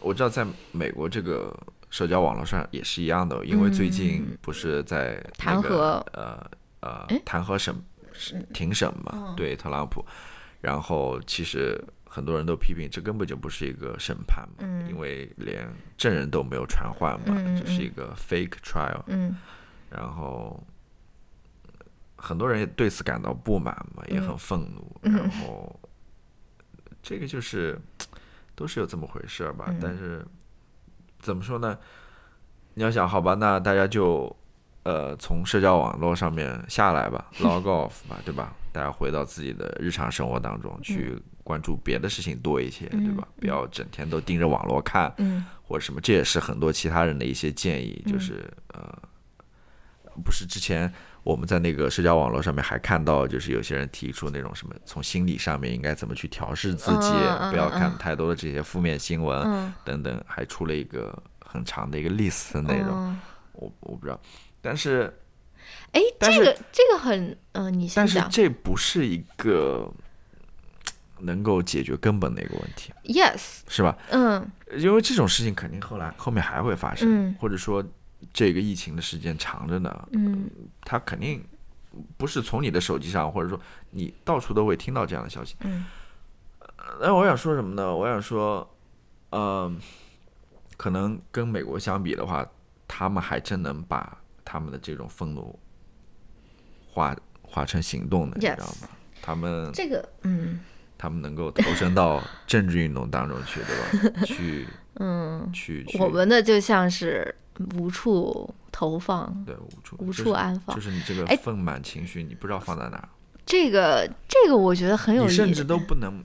S2: 我知道，在美国这个社交网络上也是一样的，因为最近不是在、那
S1: 嗯弹
S2: 个、
S1: 劾，
S2: 呃呃弹劾审是庭审嘛，
S1: 嗯
S2: 对特朗普，然后其实很多人都批评这根本就不是一个审判嘛，因为连证人都没有传唤嘛，
S1: 嗯嗯嗯
S2: 这是一个 fake trial，
S1: 嗯
S2: 然后呃很多人也对此感到不满嘛，也很愤怒，然后这个就是都是有这么回事儿吧，但是怎么说呢？你要想好吧，那大家就呃从社交网络上面下来吧，log off 吧，对吧？大家回到自己的日常生活当中去关注别的事情多一些，对吧？不要整天都盯着网络看，
S1: 嗯
S2: 或者什么，这也是很多其他人的一些建议，就是、
S1: 嗯
S2: 呃，不是之前我们在那个社交网络上面还看到，就是有些人提出那种什么从心理上面应该怎么去调试自己，
S1: 嗯嗯
S2: 不要
S1: 嗯
S2: 看太多的这些负面新闻、
S1: 嗯
S2: 等等，还出了一个很长的一个 list 的内容，
S1: 嗯，
S2: 我我不知道，但是
S1: 哎，
S2: 但
S1: 这
S2: 是
S1: 个这个很，嗯，你先
S2: 但是
S1: 讲。
S2: 这不是一个能够解决根本的一个问题，
S1: Yes，
S2: 是吧？
S1: 嗯
S2: 因为这种事情肯定后来后面还会发生，
S1: 嗯
S2: 或者说这个疫情的时间长着呢，
S1: 嗯
S2: 它肯定不是从你的手机上，或者说你到处都会听到这样的消息。
S1: 嗯
S2: 呃那我想说什么呢？我想说，呃，可能跟美国相比的话，他们还真能把他们的这种愤怒化化成行动的，你知道
S1: Yes
S2: 吗？他们
S1: 这个，嗯
S2: 他们能够投身到政治运动当中去，对吧？去
S1: 嗯，
S2: 去去，
S1: 我们的就像是无处投放，
S2: 对无处
S1: 无
S2: 就
S1: 处
S2: 是
S1: 安放
S2: 就。是你这个
S1: 哎
S2: 愤满情绪，你不知道放在哪儿，
S1: 这个这个我觉得很有
S2: 你甚
S1: 意
S2: 至
S1: 思。
S2: 都不能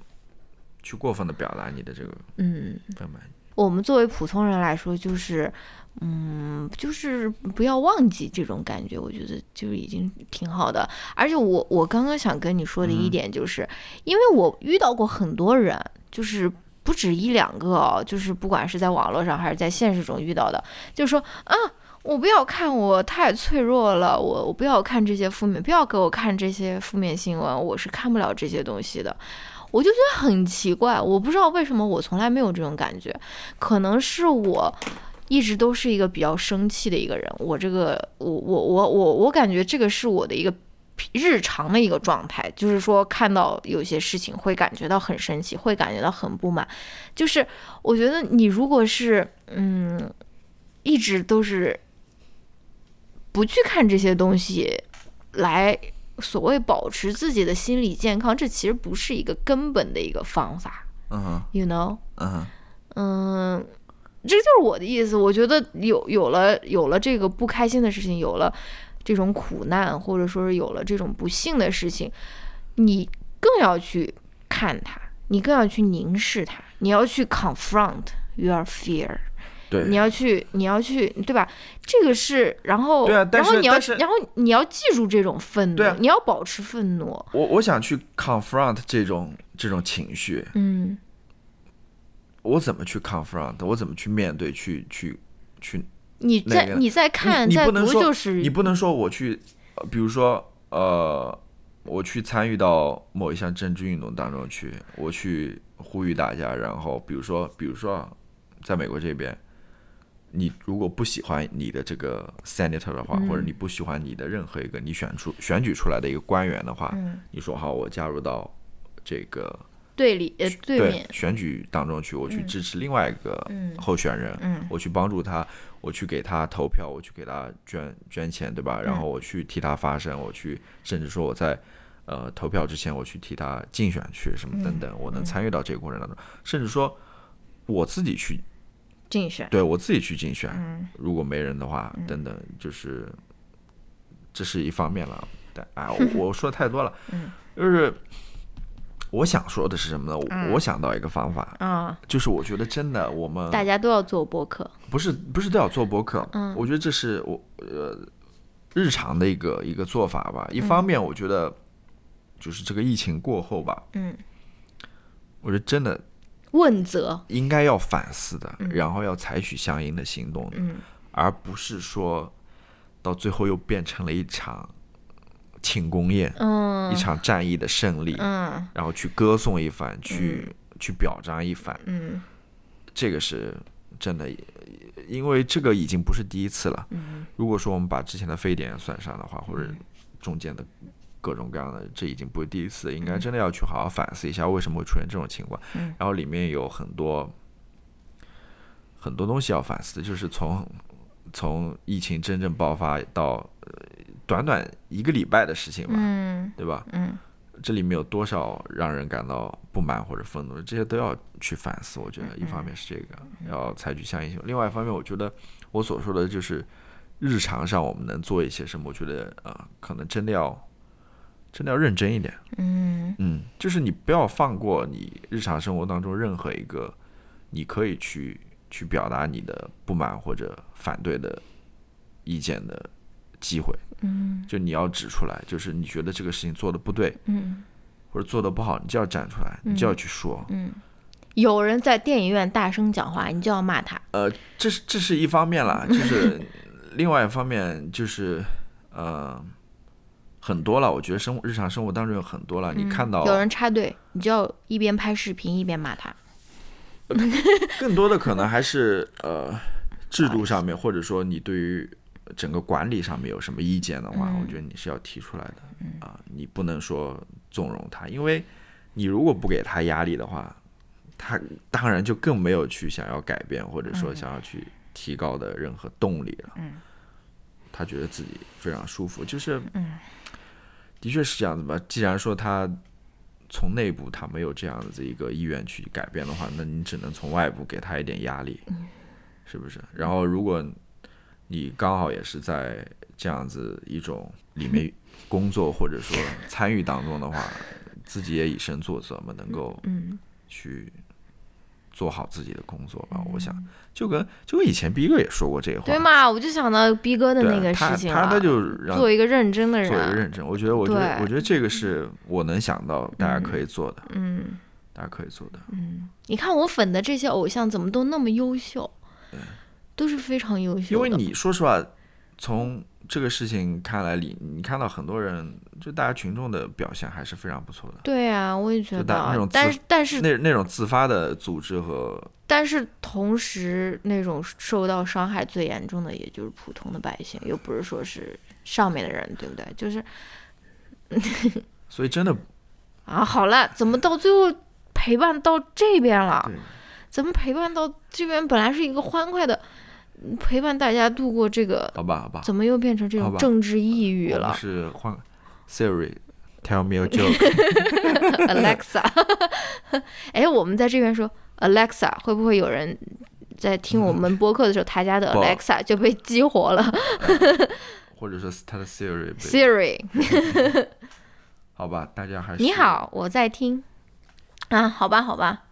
S2: 去过分的表达你的这个
S1: 嗯，
S2: 愤满。
S1: 我们作为普通人来说，就是，嗯，就是不要忘记这种感觉，我觉得就已经挺好的。而且我我刚刚想跟你说的一点就是，因为我遇到过很多人，就是。不止一两个哦，就是不管是在网络上还是在现实中遇到的，就说啊，我不要看，我太脆弱了，我我不要看这些负面，不要给我看这些负面新闻，我是看不了这些东西的。我就觉得很奇怪，我不知道为什么我从来没有这种感觉，可能是我一直都是一个比较生气的一个人，我这个我我我我我感觉这个是我的一个日常的一个状态，就是说看到有些事情会感觉到很生气，会感觉到很不满，就是我觉得你如果是嗯一直都是不去看这些东西来所谓保持自己的心理健康，这其实不是一个根本的一个方法
S2: 嗯哼，
S1: ，you know？
S2: 嗯哼，
S1: 嗯，这就是我的意思。我觉得有有了有了这个不开心的事情，有了这种苦难，或者说是有了这种不幸的事情，你更要去看它，你更要去凝视它，你要去 confront your fear。
S2: 对，
S1: 你要去，你要去，对吧？这个是，然后，
S2: 对啊但
S1: 然后
S2: 是
S1: 你要
S2: 但是，
S1: 然后你要记住这种愤怒，
S2: 对啊
S1: 你要保持愤怒，
S2: 我我想去 confront 这种这种情绪，
S1: 嗯
S2: 我怎么去 confront？我怎么去面对？去去去
S1: 你在、
S2: 那个
S1: 你在看
S2: 你你
S1: 在
S2: 不能
S1: 读
S2: 说
S1: 就是
S2: 你不能说我去，呃比如说呃，我去参与到某一项政治运动当中去，我去呼吁大家，然后比如说比如说啊，在美国这边，你如果不喜欢你的这个 senator 的话，或者你不喜欢你的任何一个你选出选举出来的一个官员的话，你说好我加入到这个
S1: 对立呃对面嗯
S2: 选举当中去，我去支持另外一个候选人，我去帮助他，我去给他投票，我去给他捐捐钱，对吧？然
S1: 嗯
S2: 后我去替他发声，我去甚至说我在呃投票之前，我去替他竞选去什么等
S1: 嗯
S2: 等，我能参与到这个过程当中，甚至说我自己去
S1: 竞选，
S2: 对我自己去竞选，如果没人的话，等等，就是这是一方面了。但哎，我我说太多了，就是我想说的是什么呢？我,、想到一个方法，
S1: 啊、
S2: 就是我觉得真的我们
S1: 大家都要做播客，
S2: 不是不是都要做播客，我觉得这是我呃日常的一个一个做法吧。一方面，我觉得就是这个疫情过后吧，
S1: 嗯，
S2: 我觉得真的
S1: 问责，
S2: 应该要反思的，
S1: 嗯
S2: 然后要采取相应的行动的，而不是说到最后又变成了一场庆功宴，
S1: 嗯
S2: 一场战役的胜利，
S1: 嗯
S2: 然后去歌颂一番，去、去表彰一番，
S1: 嗯
S2: 这个是真的，因为这个已经不是第一次了。如果说我们把之前的非典算上的话，或者中间的各种各样的，这已经不是第一次，应该真的要去好好反思一下为什么会出现这种情况。然后里面有很多很多东西要反思，就是从从疫情真正爆发到、呃短短一个礼拜的事情吧，
S1: 嗯
S2: 对吧？
S1: 嗯，
S2: 这里面有多少让人感到不满或者愤怒，这些都要去反思。我觉得，一方面是这个要采取相应行动，另外一方面，我觉得我所说的就是日常上我们能做一些什么，我觉得呃，可能真的要真的要认真一点。
S1: 嗯
S2: 嗯，就是你不要放过你日常生活当中任何一个你可以去去表达你的不满或者反对的意见的机会。
S1: 嗯
S2: 就你要指出来，就是你觉得这个事情做的不对，
S1: 嗯
S2: 或者做的不好，你就要站出来，你就要去说。
S1: 嗯，有人在电影院大声讲话，你就要骂他，
S2: 呃，这是这是一方面啦，就是
S1: 嗯
S2: 另外一方面就是呃很多了，我觉得生活日常生活当中有很多了，你看
S1: 嗯
S2: 到
S1: 有人插队，你就要一边拍视频一边骂他，
S2: 更多的可能还是呃制度上面，或者说你对于整个管理上面有什么意见的话，我觉得你是要提出来的啊、你不能说纵容他，因为你如果不给他压力的话，他当然就更没有去想要改变或者说想要去提高的任何动力了。
S1: 嗯
S2: 他觉得自己非常舒服，就是，的确是这样子吧。既然说他从内部他没有这样子一个意愿去改变的话，那你只能从外部给他一点压力，
S1: 嗯
S2: 是不是？然后如果你刚好也是在这样子一种 里面工作或者说参与当中的话，自己也以身作则嘛，能够
S1: 嗯
S2: 去做好自己的工作吧。我想，就跟就跟以前逼哥也说过这话，
S1: 嗯对嘛？我就想到逼哥的
S2: 对啊
S1: 那个事情
S2: 他
S1: 了
S2: 他他就让
S1: 做一个认真的人，啊
S2: 做一个认真。我觉得，我觉得，
S1: 对
S2: 我觉得这个是我能想到大家可以做的，
S1: 嗯。
S2: 大家可以做的。
S1: 你看我粉的这些偶像怎么都那么优秀，都是非常优秀
S2: 因
S1: 的。
S2: 为你说实话，从这个事情看来，你你看到很多人，就大家群众的表现还是非常不错的。
S1: 对啊，我也觉
S2: 就大
S1: 得
S2: 那
S1: 啊
S2: 种，
S1: 但
S2: 自
S1: 是但是
S2: 那那种自发的组织和
S1: 但是同时，那种受到伤害最严重的也就是普通的百姓，又不是说是上面的人，对不对？就是
S2: 所以真的
S1: 啊，好了，怎么到最后陪伴到这边了
S2: 对？
S1: 怎么陪伴到这边？本来是一个欢快的嗯陪伴大家度过这个，
S2: 好吧，好吧，
S1: 怎么又变成这
S2: 好
S1: 种
S2: 吧
S1: 政治抑郁
S2: 我们
S1: 了
S2: 是换 Siri，tell me a joke，
S1: ？Alexa，哎， 我们在这边说 Alexa，会不会有人在听我们播客的时候，他家的
S2: 嗯不
S1: Alexa 就被激活了
S2: 或者说是他的 Siri 被。
S1: ？Siri，
S2: 好吧，大家还是
S1: 你，好，我在听。啊，好吧，好吧，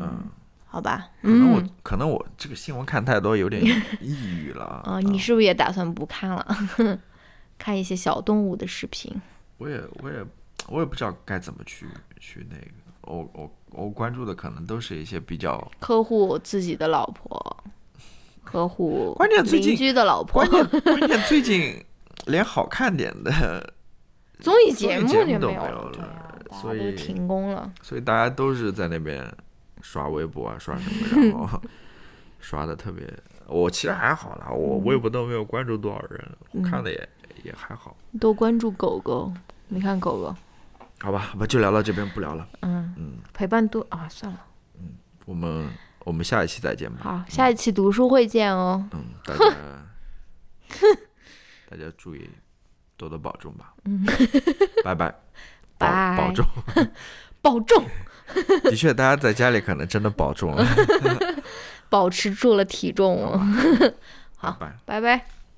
S2: 嗯，
S1: 好吧，
S2: 可能我、
S1: 嗯，
S2: 可能我这个新闻看太多，有点抑郁 了啊
S1: 啊、你是不是也打算不看了？ 看一些小动物的视频。
S2: 我也我也我也不知道该怎么去去那个，我我我关注的可能都是一些比较
S1: 呵护自己的老婆，呵护
S2: 关键最近
S1: 邻居的老婆
S2: 关。 键关键最近连好看点的，
S1: 综艺节目
S2: 综艺节
S1: 就
S2: 目都
S1: 没有
S2: 没有
S1: 了，
S2: 了
S1: 对啊，大家
S2: 所
S1: 都
S2: 以
S1: 停工了。
S2: 所以大家都是在那边刷微博啊，刷什么，然 后刷的特别。我其实还好啦，我
S1: 嗯
S2: 微博都没有关注多少人，我看的也也还好。
S1: 多关注狗狗，没看狗狗，
S2: 好吧，好吧，就聊到这边，不聊了。
S1: 嗯，
S2: 嗯，
S1: 陪伴度啊，算了，
S2: 我们我们下一期再见吧。
S1: 好，下一期读书会见哦。
S2: 嗯，大家大家注意，多多保重吧。嗯，拜拜，保保
S1: 拜
S2: 重。
S1: 保重，
S2: 的确，大家在家里可能真的保重了。
S1: 保持住了体重哦，好
S2: 拜拜。
S1: 拜拜。